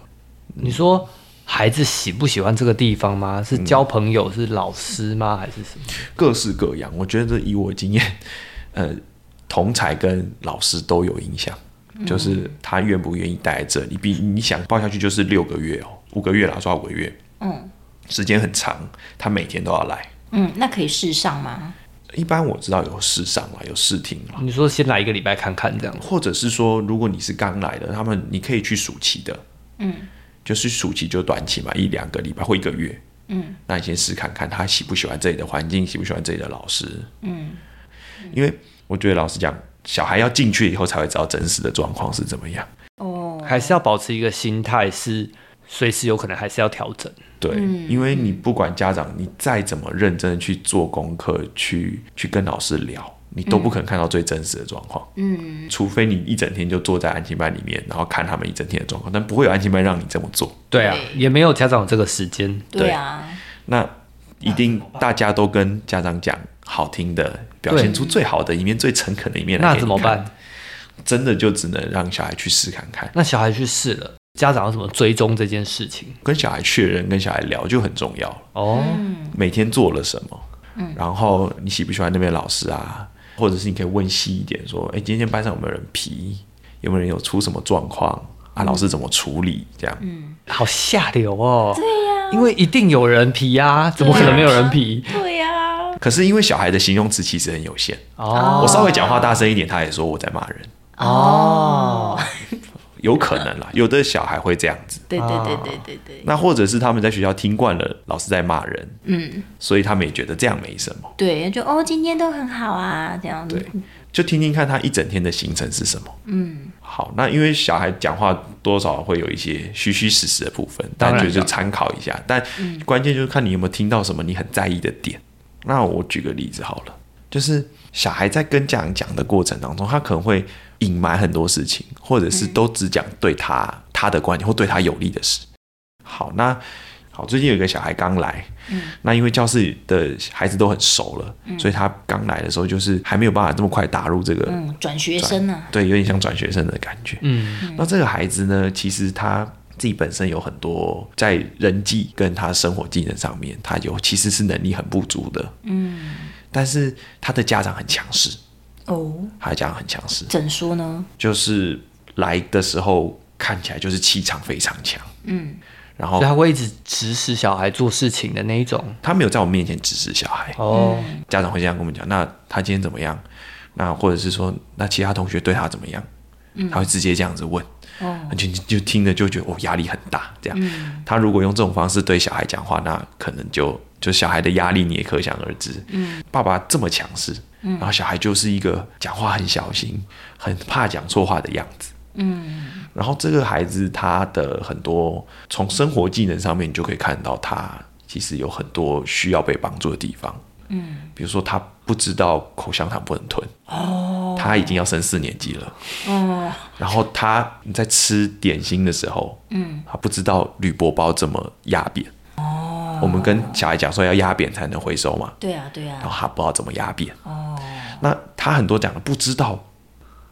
C: 嗯
B: 你说孩子喜不喜欢这个地方吗？是交朋友，是老师吗？还是什么？
C: 各式各样。我觉得以我经验，呃，同才跟老师都有影响， 就是他愿不愿意待在这里。比你想报下去就是六个月哦，五个月啦，抓五个月，
A: 嗯
C: 时间很长，他每天都要来。
A: 嗯，那可以试上吗？
C: 一般我知道有试上啦，有试听啦，
B: 你说先来一个礼拜看看这样子，
C: 或者是说，如果你是刚来的，他们你可以去暑期的，
A: 嗯，
C: 就是暑期就短期嘛，一两个礼拜或一个月，
A: 嗯，
C: 那你先试看看他喜不喜欢这里的环境，喜不喜欢这里的老师，嗯，因为我觉得老实讲，小孩要进去以后才会知道真实的状况是怎么样，
A: 哦，
B: 还是要保持一个心态是。随时有可能还是要调整，
C: 对，因为你不管家长你再怎么认真的去做功课，去去跟老师聊，你都不可能看到最真实的状况，
A: 嗯，
C: 除非你一整天就坐在安亲班里面，然后看他们一整天的状况，但不会有安亲班让你这么做。
B: 对啊，
A: 对
B: 也没有家长有这个时间，
A: 对啊，
C: 那一定大家都跟家长讲好听的，表现出最好的一面、最诚恳的一面来。
B: 那怎么？办？
C: 真的就只能让小孩去试看看，
B: 那小孩去试了，家长要怎么追踪这件事情？
C: 跟小孩确认、跟小孩聊就很重要了。
B: 哦，
C: 每天做了什么，然后你喜不喜欢那边老师啊？或者是你可以问细一点，说，哎，今天班上有没有人皮？有没有人有出什么状况？啊，老师怎么处理？这样，
B: 好下流哦。对呀、因为一定有人皮呀、怎么可能没有人 皮？
A: 对啊呀、
C: 可是因为小孩的形容词其实很有限，
B: 哦
C: 我稍微讲话大声一点，他也说我在骂人，
B: 哦，
C: 有可能啦，有的小孩会这样子。
A: 对对对对对对
C: 那或者是他们在学校听惯了老师在骂人，嗯，所以他们也觉得这样没什么，
A: 对，就哦，今天都很好啊，这样子
C: 对，就听听看他一整天的行程是什么，嗯，好，那因为小孩讲话多少会有一些虚虚实实的部分，
B: 当
C: 但
B: 然
C: 就就
B: 有
C: 参考一下，但关键就是看你有没有听到什么你很在意的点。那我举个例子好了，就是小孩在跟家长讲的过程当中，他可能会隐瞒很多事情，或者是都只讲对他、他的观点或对他有利的事。好，那好，最近有一个小孩刚来，那因为教室里的孩子都很熟了，所以他刚来的时候就是还没有办法这么快打入这个，
A: 嗯，转学生啊，
C: 对，有点像转学生的感觉。
B: 嗯，
C: 那这个孩子呢，其实他自己本身有很多在人际跟他生活技能上面，他有其实是能力很不足的，嗯，但是他的家长很强势，
A: 哦，
C: 他的家长很强势，
A: 怎说呢？
C: 就是来的时候看起来就是气场非常强，嗯，然后
B: 所以他会一直指使小孩做事情的那一种。
C: 他没有在我面前指示小孩，
B: 哦，
C: 家长会这样跟我们讲，那他今天怎么样？那或者是说，那其他同学对他怎么样？他会直接这样子问，
A: 哦，
C: 而且你就听着就觉得哦压力很大。这样，他如果用这种方式对小孩讲话，那可能就就小孩的压力你也可想而知。爸爸这么强势，然后小孩就是一个讲话很小心、很怕讲错话的样子。然后这个孩子他的很多从生活技能上面，你就可以看到他其实有很多需要被帮助的地方。嗯，比如说他不知道口香糖不能吞，哦，他已经要升四年级了，哦，然后他在吃点心的时候，嗯，他不知道铝箔包怎么压扁，哦，我们跟小孩讲说要压扁才能回收嘛，
A: 对啊对
C: 然
A: 啊，
C: 后他不知道怎么压扁。哦，那他很多讲的不知道，嗯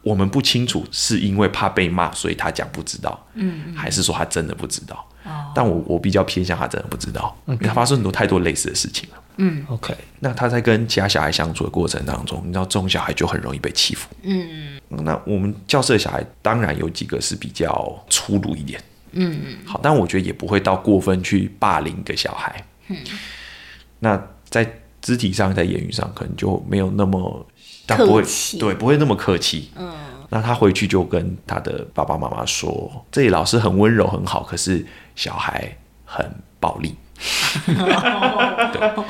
C: 我们不清楚是因为怕被骂，所以他讲不知道，嗯，还是说他真的不知道？但我我比较偏向他真的不知道，因为他发生很多太多类似的事情了。
B: OK，
C: 那他在跟其他小孩相处的过程当中，你知道这种小孩就很容易被欺负。
A: 嗯，
C: 那我们教室的小孩当然有几个是比较粗鲁一点，嗯，好，但我觉得也不会到过分去霸凌一个小孩，嗯，那在肢体上、在言语上，可能就没有那么，但不会
A: 客气
C: 对，不会那么客气，嗯，那他回去就跟他的爸爸妈妈说，这里老师很温柔很好，可是小孩很暴力。对，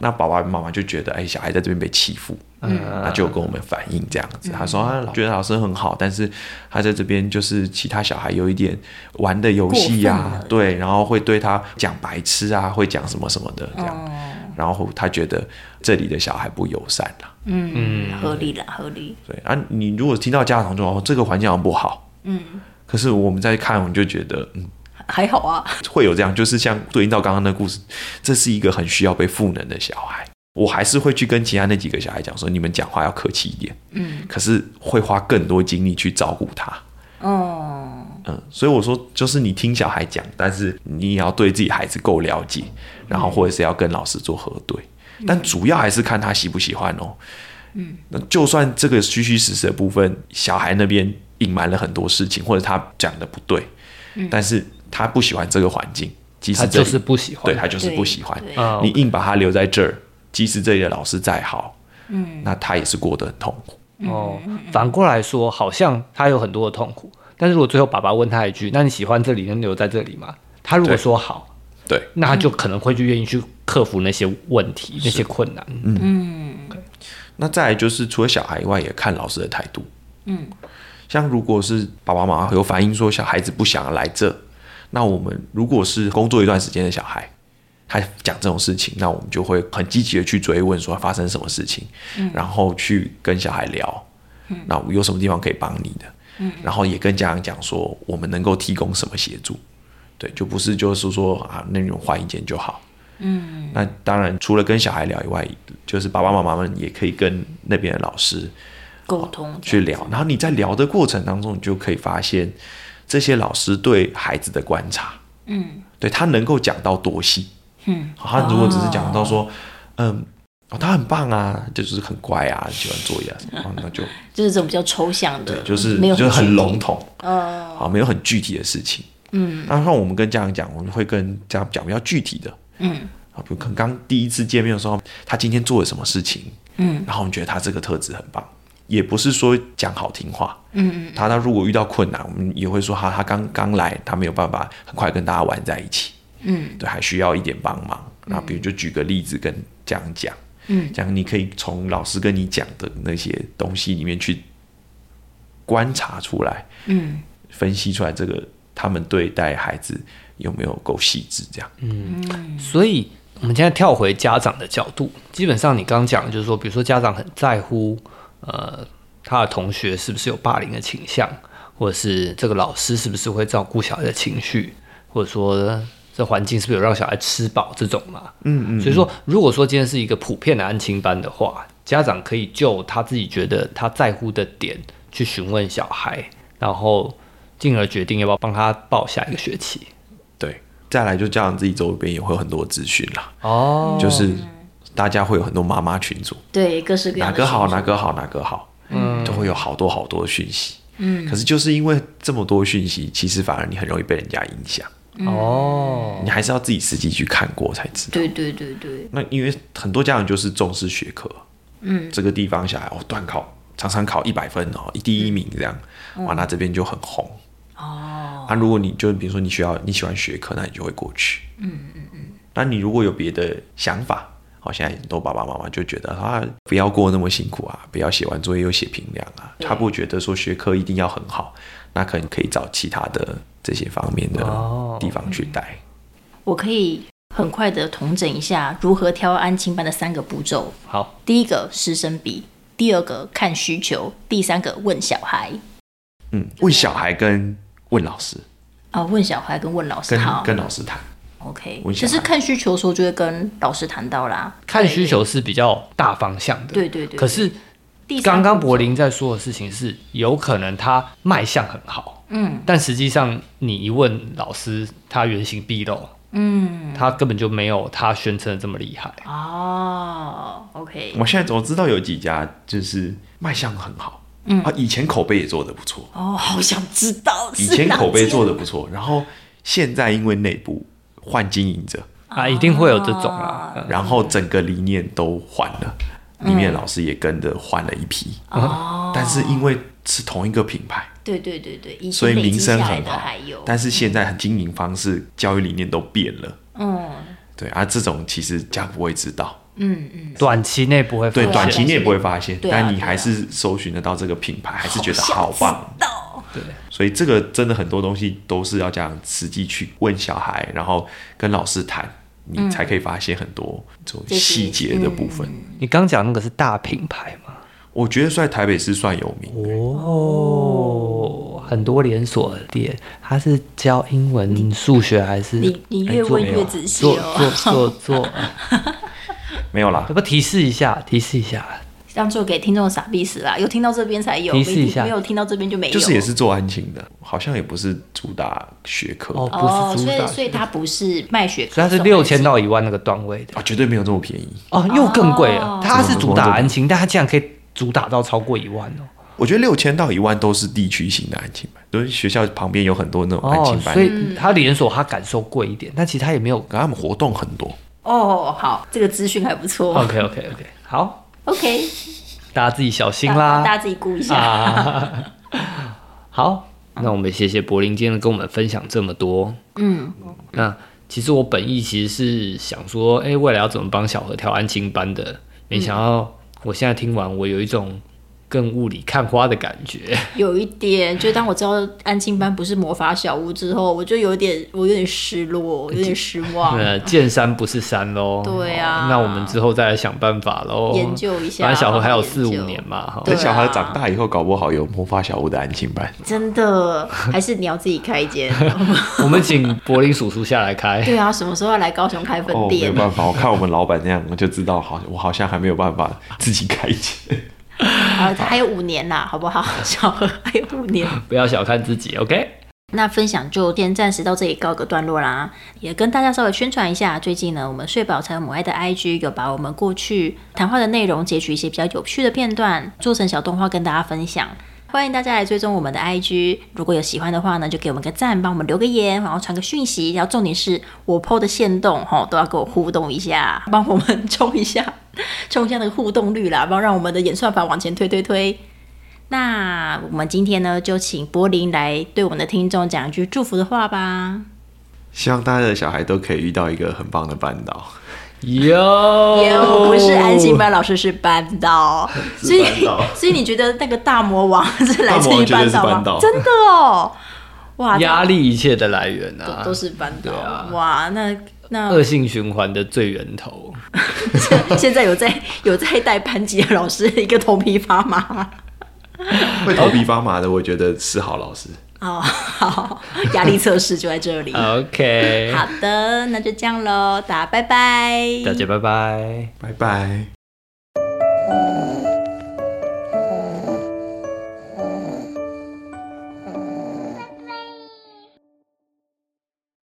C: 那爸爸妈妈就觉得，哎、小孩在这边被欺负，嗯，那就有跟我们反映这样
A: 嗯
C: 子。他说啊，觉得老师很好，但是他在这边就是其他小孩有一点玩的游戏
A: 过分
C: 呀
A: 了，
C: 对，然后会对他讲白痴啊，会讲什么什么的这样。
A: 哦
C: 然后他觉得这里的小孩不友善啦、
A: 嗯
C: 嗯
A: 合理啦，合理。
C: 对啊，你如果听到家长说哦，这个环境好像不好，嗯，可是我们在看，我们就觉得，嗯，
A: 还好啊，
C: 会有这样，就是像对应到刚刚那故事，这是一个很需要被赋能的小孩。我还是会去跟其他那几个小孩讲说，你们讲话要客气一点，嗯，可是会花更多精力去照顾他，
A: 哦，
C: 嗯，所以我说，就是你听小孩讲，但是你也要对自己孩子够了解，然后或者是要跟老师做核对，但主要还是看他喜不喜欢哦。嗯，那就算这个虚虚实实的部分，小孩那边隐瞒了很多事情，或者他讲的不对，但是他不喜欢这个环境，即使
B: 他
C: 这
B: 就
C: 里
B: 是不喜欢。
C: 对他就是不喜欢嗯
A: 对，对
B: 啊
C: 你硬把他留在这儿，即使这里的老师再好，嗯，那他也是过得很痛苦。
B: 哦，反过来说，好像他有很多的痛苦，但是如果最后爸爸问他一句：“那你喜欢这里，能留在这里吗？”他如果
C: 对
B: 说好，
C: 对，
B: 那他就可能会去愿意去克服那些问题、那些困难。
C: 那再来就是除了小孩以外，也看老师的态度。嗯，像如果是爸爸妈妈有反映说小孩子不想来这，那我们如果是工作一段时间的小孩，他讲这种事情，那我们就会很积极的去追问说发生什么事情，然后去跟小孩聊，那有什么地方可以帮你的，然后也跟家长讲说我们能够提供什么协助，对，就不是就是说啊，那你们换一间就好。那当然，除了跟小孩聊以外，就是爸爸妈妈们也可以跟那边的老师
A: 沟通
C: 去聊。然后你在聊的过程当中，你就可以发现这些老师对孩子的观察，嗯，对他能够讲到多细，嗯，他如果只是讲到说，嗯。哦，他很棒啊，就是很乖啊，喜欢作业啊什么，哦那就
A: 就是这种比较抽象的，
C: 就是
A: 没有
C: 就是
A: 具
C: 很
A: 体
C: 笼统，啊，没有很具体的事情。嗯，那像我们跟家长讲，我们会跟家长讲比较具体的。嗯，啊，比如可能刚第一次见面的时候，他今天做了什么事情，嗯，然后我们觉得他这个特质很棒，也不是说讲好听话。嗯，他他如果遇到困难，我们也会说他他刚刚来，他没有办法很快跟大家玩在一起。嗯，对，还需要一点帮忙。那比如就举个例子跟家长讲。嗯，这样你可以从老师跟你讲的那些东西里面去观察出来，嗯，分析出来这个他们对待孩子有没有够细致，这样，
B: 所以我们现在跳回家长的角度，基本上你刚讲的就是说，比如说家长很在乎，呃，他的同学是不是有霸凌的倾向，或者是这个老师是不是会照顾小孩的情绪，或者说这环境是不是有让小孩吃饱这种嘛？嗯嗯所以说，如果说今天是一个普遍的安亲班的话，家长可以就他自己觉得他在乎的点去询问小孩，然后进而决定要不要帮他报下一个学期。
C: 对。再来就家长自己周边也会有很多资讯啦，
B: 哦，
C: 就是大家会有很多妈妈群组，
A: 对各式各样
C: 哪
A: 的
C: 个好
A: 群
C: 哪个好哪个好，啊嗯，就会有好多好多的讯息，嗯。可是就是因为这么多讯息，其实反而你很容易被人家影响，
B: 哦，
C: 你还是要自己实际去看过才知道。
A: 对对对对，
C: 那因为很多家长就是重视学科，嗯，这个地方小孩哦，断考常常考一百分哦，一第一名这样，哇，那这边就很红嗯哦。啊，如果你就比如说你学校你喜欢学科，那你就会过去，嗯嗯嗯。那你如果有别的想法，好、现在很多爸爸妈妈就觉得啊，不要过那么辛苦啊，不要写完作业又写评量啊，他不觉得说学科一定要很好，那可能可以找其他的这些方面的
B: 哦
C: 地方去带。
A: 我可以很快的统整一下如何挑安亲班的三个步骤。
B: 好，
A: 第一个师生比，第二个看需求，第三个问小孩。
C: 嗯，问小孩跟问老师，
A: 啊、问小孩跟问老师
C: 跟
A: 好
C: 跟老师谈。
A: ，OK。
C: 问
A: 其
C: 小孩
A: 实看需求的时候就会跟老师谈到啦。
B: 看需求是比较大方向的。
A: 对对对
B: 可是
A: 第三
B: 刚刚
A: 步骤
B: 柏林在说的事情是，有可能他卖相很好，
A: 嗯
B: 但实际上你一问老师，他原形毕露，
A: 嗯，
B: 他根本就没有他宣称的这么厉害。
A: 哦，OK，
C: 我现在我知道有几家就是卖相很好，
A: 嗯
C: 啊，以前口碑也做得不错，
A: 哦，好想知道
C: 以
A: 是啊
C: 前
A: 哪
C: 口碑
A: 间
C: 做得不错，然后现在因为内部换经营者，
B: 啊，一定会有这种啊。嗯
C: 然后整个理念都换了，里面老师也跟着换了一批，
A: 嗯哦，
C: 但是因为是同一个品牌，
A: 对对对对，以前
C: 所以
A: 累积
C: 名声
A: 下来
C: 很
A: 的
C: 好
A: 还有，，
C: 但是现在经营方式、教育理念都变了。
A: 嗯
C: 对啊，这种其实家不会知道，
A: 嗯嗯，
B: 短期内不会
A: 啊
B: 发
C: 对，
B: 现
C: 短期你也不会发现，
A: 对啊
C: 但你
A: 对啊
C: 还是搜寻得到这个品牌，还是觉得好棒，
A: 想知道，
B: 对
C: 所以这个真的很多东西都是要这样实际去问小孩，然后跟老师谈，你才可以发现很多这种细节的部分。
B: 你刚讲那个是大品牌嘛？
C: 我觉得在台北市算有名，
B: 哦，很多连锁店，它是教英文、数学还是？
A: 你你
B: 哎
A: 越
B: 做
A: 问
B: 没有
A: 越仔细
B: 做
A: 哦，
B: 做做做，
C: 没有啦
B: 要，不提示一下？提示一下，
A: 让座给听众傻逼死啦，有听到这边才有，
B: 提示
A: 没
B: 一下
A: 没有听到这边就没有，
C: 就是也是做安亲的，好像也不是主打学科
B: 哦，
A: 哦，
C: 哦
B: 不是
A: 所
B: 主
A: 以
B: 打，
A: 所以它不是卖学科，
B: 所以它是六千到一万那个段位的
C: 哦绝对没有这么便宜。
B: 哦，又更贵了
A: 哦。
B: 它是主打安亲，但它竟然可以主打到超过一万哦。
C: 我觉得六千到一万都是地区型的安亲班，就是学校旁边有很多那种安
B: 哦
C: 亲，班，
B: 所
A: 嗯
B: 以它连锁它敢收贵一点，但其实它也没有。
C: 可他们活动很多。
A: 哦，好，这个资讯还不错
B: OK OK OK，好，
A: ，OK，
B: 大家自己小心
A: 大
B: 啦。
A: 大家自己估一下，
B: 啊， 好，那我们谢谢柏林今天跟我们分享这么多。
A: 嗯，
B: 那其实我本意其实是想说，哎、未来要怎么帮小何挑安亲班的？没想到我现在听完，我有一种更雾里看花的感觉。
A: 有一点，就当我知道安静班不是魔法小屋之后，我就有点，我有点失 落，有点失望，
B: 呃，见山不是山喽。
A: 哦对啊
B: 那我们之后再来想办法喽。
A: 研究一下
B: 反正小何还有
A: 好好研
B: 四
A: 究
B: 五年嘛，哈。
A: 对
C: 等
A: 啊
C: 小孩长大以后，搞不好有魔法小屋的安亲班。
A: 真的，还是你要自己开一 间。
B: 我们请柏林叔叔下来开。
A: 对啊，什么时候要来高雄开分
C: 哦，没有
A: 店？
C: 办法，我看我们老板那样，我就知道好，我好像还没有办法自己开店。
A: 啊，还有五年啦，好不好？小何还有五年。
B: 不要小看自己，OK？
A: 那分享就先暂时到这里告个段落啦，也跟大家稍微宣传一下，最近呢，我们睡饱才有母爱的 IG 有把我们过去谈话的内容截取一些比较有趣的片段，做成小动画跟大家分享。欢迎大家来追踪我们的 IG，如果有喜欢的话呢，就给我们个赞，帮我们留个言，然后传个讯息。然后重点是我 PO 的限动吼，都要跟我互动一下，帮我们 冲一下，冲一下那个互动率啦，帮让我们的演算法往前推推推。那我们今天呢，就请柏林来对我们的听众讲一句祝福的话吧。
C: 希望大家的小孩都可以遇到一个很棒的班导。
B: 有，
A: 耶、不是安心班老师，是班 导。所以
C: 班导，
A: 所以你觉得那个大魔王是来自于
C: 大魔王绝对
A: 班
C: 是
A: 导吗？
C: 班导
A: 真的哦，哇，
B: 压力一切的来源
A: 都
B: 啊，
A: 都是班导。
B: 对啊
A: 哇，那那
B: 恶性循环的最源头。
A: 现在有在有在带班级的老师一个头皮发麻。
C: 会头皮发麻的，我觉得是好老师。
A: 哦，好，压力测试就在这里。
C: 呃
B: OK，
A: 好的，那就这样喽，大家拜拜。
B: 大家拜拜。
C: 拜拜。